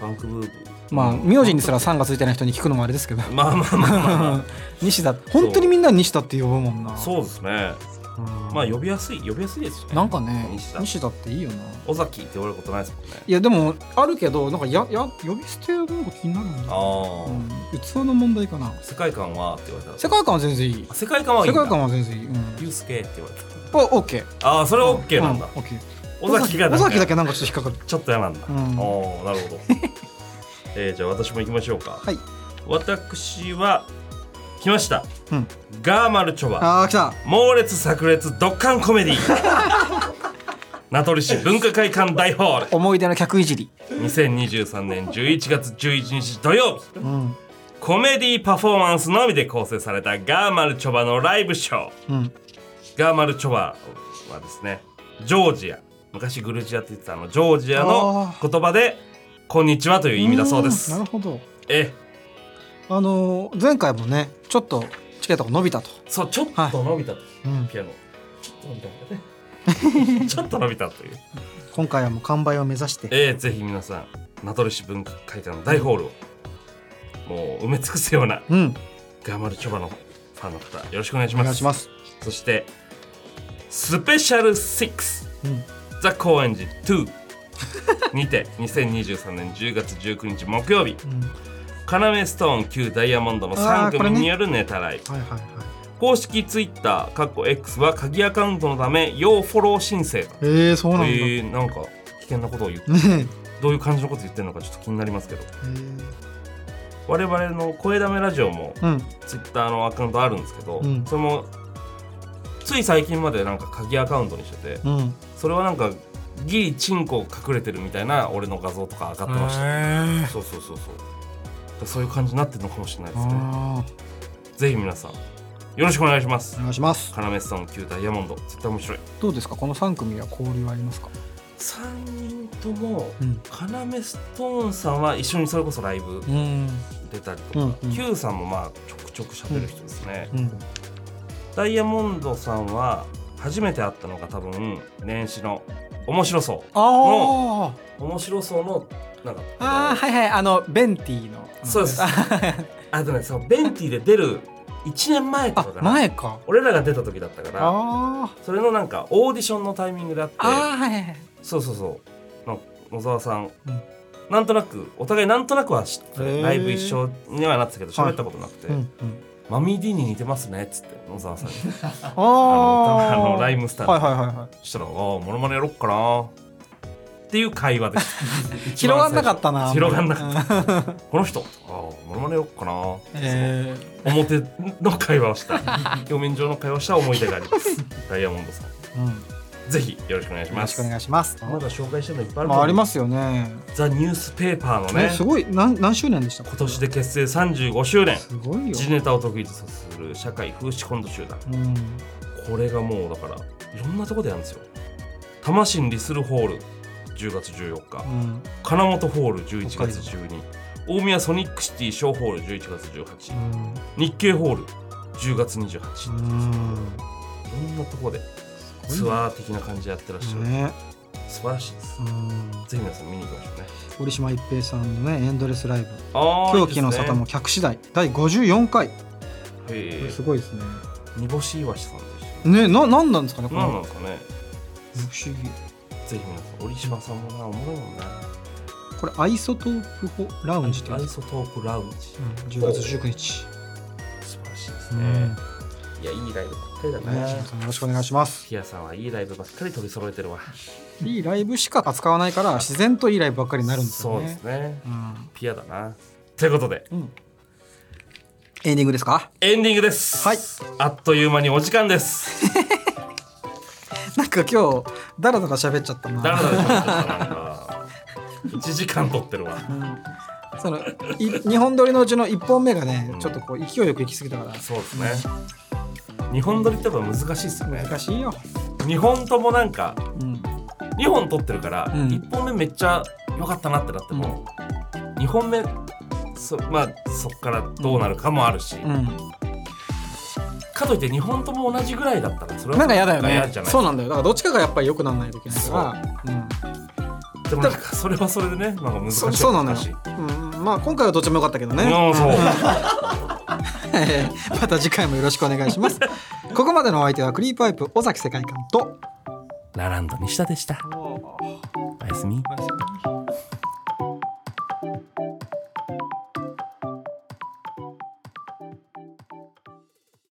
B: パンクブーブー
A: まあ
B: うん
A: 名字にすら「さん」がついてない人に聞くのもあれですけど
B: まあまあまあまあま
A: 西田本当にみんな西田って呼ぶもんな
B: あそうですねまあ呼びやすい呼びやすいですよね
A: なんかね
B: 西田
A: 西田っていいよな
B: 尾崎って言われることないですもんね
A: いやでもあるけどなんかやや呼び捨てはなんか気になるんだ、
B: ああ、
A: うん、器の問題かな
B: 世界観はって言われたら
A: 世界観は全然いい
B: あ世界観はいい
A: 世
B: んだ
A: 界観は全然いい、うん、
B: ユースケって言われた
A: あオッケー
B: ああそれは OK なんだ
A: う、オッケー
B: 尾崎が
A: 尾崎だ
B: け
A: けなんかちょっと引っかかる
B: ちょっと嫌なんだ、
A: うん
B: おーなる ほどえー、じゃあ私も行きましょうか
A: はい
B: 私は来ました、
A: うん
B: ガーマルチョバ
A: ああ来た
B: 猛烈炸裂ドッカンコメディ 名取市文化会館大ホール
A: 思い出の客いじり
B: 2023年11月11日土曜日
A: うん
B: コメディパフォーマンスのみで構成されたガーマルチョバのライブショー
A: うん
B: ガーマルチョバはですねジョージア昔グルジアって言ってたあのジョージアの言葉で「こんにちは」という意味だそうです
A: んなるほど
B: え
A: あのー前回もねちょっとチケットが伸びたと、
B: そうちょっと伸びた、
A: うん、
B: ピアノちょっと伸びた ねちょっと伸びたという
A: 今回はもう完売を目指して
B: えー、ぜひ皆さん名取市文化会館の大ホールをもう埋め尽くすような
A: うん
B: ガーマルチョバのファンの方よろしくお願いし
A: お
B: ます
A: 願いします
B: そしてスペシャル6
A: うん
B: ザ・高円寺2 にて2023年10月19日木曜日
A: うん
B: 要ストーン旧ダイヤモンドの3
A: あーこれ
B: 組
A: ね
B: によるネタライブ、
A: はいはいはい
B: 公式 Twitter かっこ X は鍵アカウントのため要フォロー申請だ
A: えー、そうなん
B: と
A: だ、
B: いうなんか危険なことを言って
A: ね
B: どういう感じのこと言ってるのかちょっと気になりますけど
A: えー
B: 我々の声だめラジオも
A: うん、
B: ツイッターのアカウントあるんですけど、
A: うん
B: それもつい最近までなんか鍵アカウントにしてて
A: うん、
B: それはなんかギリチンコ隠れてるみたいな俺の画像とか上がってました、
A: へー
B: そうそうそうそうだからそういう感じになってるのかもしれないですね
A: あ
B: ぜひ皆さんよろしくお願いしま
A: ー
B: す
A: お願いします
B: 要メスさん旧ダイヤモンド絶対面白い
A: どうですかこの三組は交流はありますか、
B: 3人とも
A: うん
B: 要ストーンさんは一緒にそれこそライブ
A: うん
B: 出たりと
A: う
B: か、
A: んうん
B: Q さんもまあちょくちょく喋る人ですね、
A: うん
B: ダイヤモンドさんは初めて会ったのが多分年始の面白そ
A: あー
B: う面白そうのなんか
A: あーはいはいあのベンティの
B: そうです
A: あ
B: あとねそのベンティで出る1年前とか
A: あ
B: かな
A: 前か
B: 俺らが出た時だったから
A: あー
B: それのなんかオーディションのタイミングであって
A: あーはいはいはい
B: そうそうそうなんか野沢さん、
A: うん
B: なんとなくお互いなんとなくは知ってた
A: へー
B: ライブ一緒にはなってたけど喋ったことなくて「
A: うんうん
B: マミー D に似てますね」っつって野沢さんに
A: あ
B: あ
A: ー
B: のあのライムスターの
A: はいはいはいはい
B: そしたら「ああモノマネやろっかな」っていう会話です一
A: 広が
B: 番
A: んな
B: 最初
A: かったな
B: 広がんなか
A: った
B: この人ああモノマネやろっかな、
A: え
B: 表の会話をした 表面上の会話をした思い出がありますダイヤモンドさん
A: ーうんよ
B: ぜひよろしくお願いしま
A: ろし
B: す
A: くお願いします
B: まだ紹介してるのいっぱいある
A: まあありますすよね
B: ザ・ニュースペーパーの
A: ね
B: ね
A: すごい何何周年でした
B: 今年で結成35周年
A: すごいよ
B: 時ネタを得意とする社会風刺コント集団
A: うん
B: これがもうだからいろんなとこでやるんですよ魂にリスルホール10月14日、
A: うん
B: 金本ホール11月12大宮ソニックシティショーホール11月18、
A: うん
B: 日経ホール10月28日、
A: う
B: い
A: ん
B: ろんなところで
A: ごいね
B: ツアー的な感じでやってらっしゃる、
A: ね
B: 素晴らしいです、
A: うん
B: ぜひ皆さん見に行きましょうね
A: 堀島一平さんのねエンドレスライブ「
B: あ
A: 狂気の沙汰」も
B: も
A: 客次第第54回これすごいですね
B: 煮干しいわしさんでした
A: ねな何なんですかねこ
B: 何なん
A: の
B: ですかね
A: 不思議
B: ぜひ皆さん折島さんもなおもろいもんな
A: これアイソトープホラウンジって
B: ア
A: や
B: イ
A: つ
B: ソトープラウンジ
A: 10月19日
B: 素晴らしいです
A: う
B: ね、
A: んね
B: いやいいライブばっかりだな、
A: 皆さんよろしくお願いします
B: ピアさんはいいライブばっかり取り揃えてるわ
A: いいライブしか扱わないから自然といいライブばっかりになるんですよ
B: そうで
A: ね
B: すね
A: うん
B: ピアだなということで
A: うんエンディングですか
B: エンディングです。
A: はい
B: あっという間にお時間です。
A: なんか今日ダラダラ喋っちゃったな
B: だらだら喋っちゃったなんか。一時間撮ってるわ。
A: うんその2本撮りのうちの1本目がねちょっとこう勢いよく行き過ぎたから
B: そうですね。日本撮りってやっぱ難しいっすよね。
A: 難しいよ、
B: 日本ともなんか
A: うん、
B: 2本撮ってるから、
A: うん
B: 一1本目めっちゃ良かったなってなっても、二2本目そまあそっからどうなるかもあるし、
A: う
B: かといって2本とも同じぐらいだったらそれ
A: ん、
B: は
A: なんか嫌だよね
B: 嫌じゃない
A: そうなんだよだからどっちかがやっぱり良くならないといけないから
B: でもなんかそれはそれでねなんか難しい
A: そそうなのよ
B: 難しい
A: うん、うん、まあ今回はどっち も良かったけどね
B: うんそう
A: また次回もよろしくお願いしますここまでのお相手はクリーパイプ尾崎世界観と
B: ラランド西田でしたおやすみ
A: おやすみ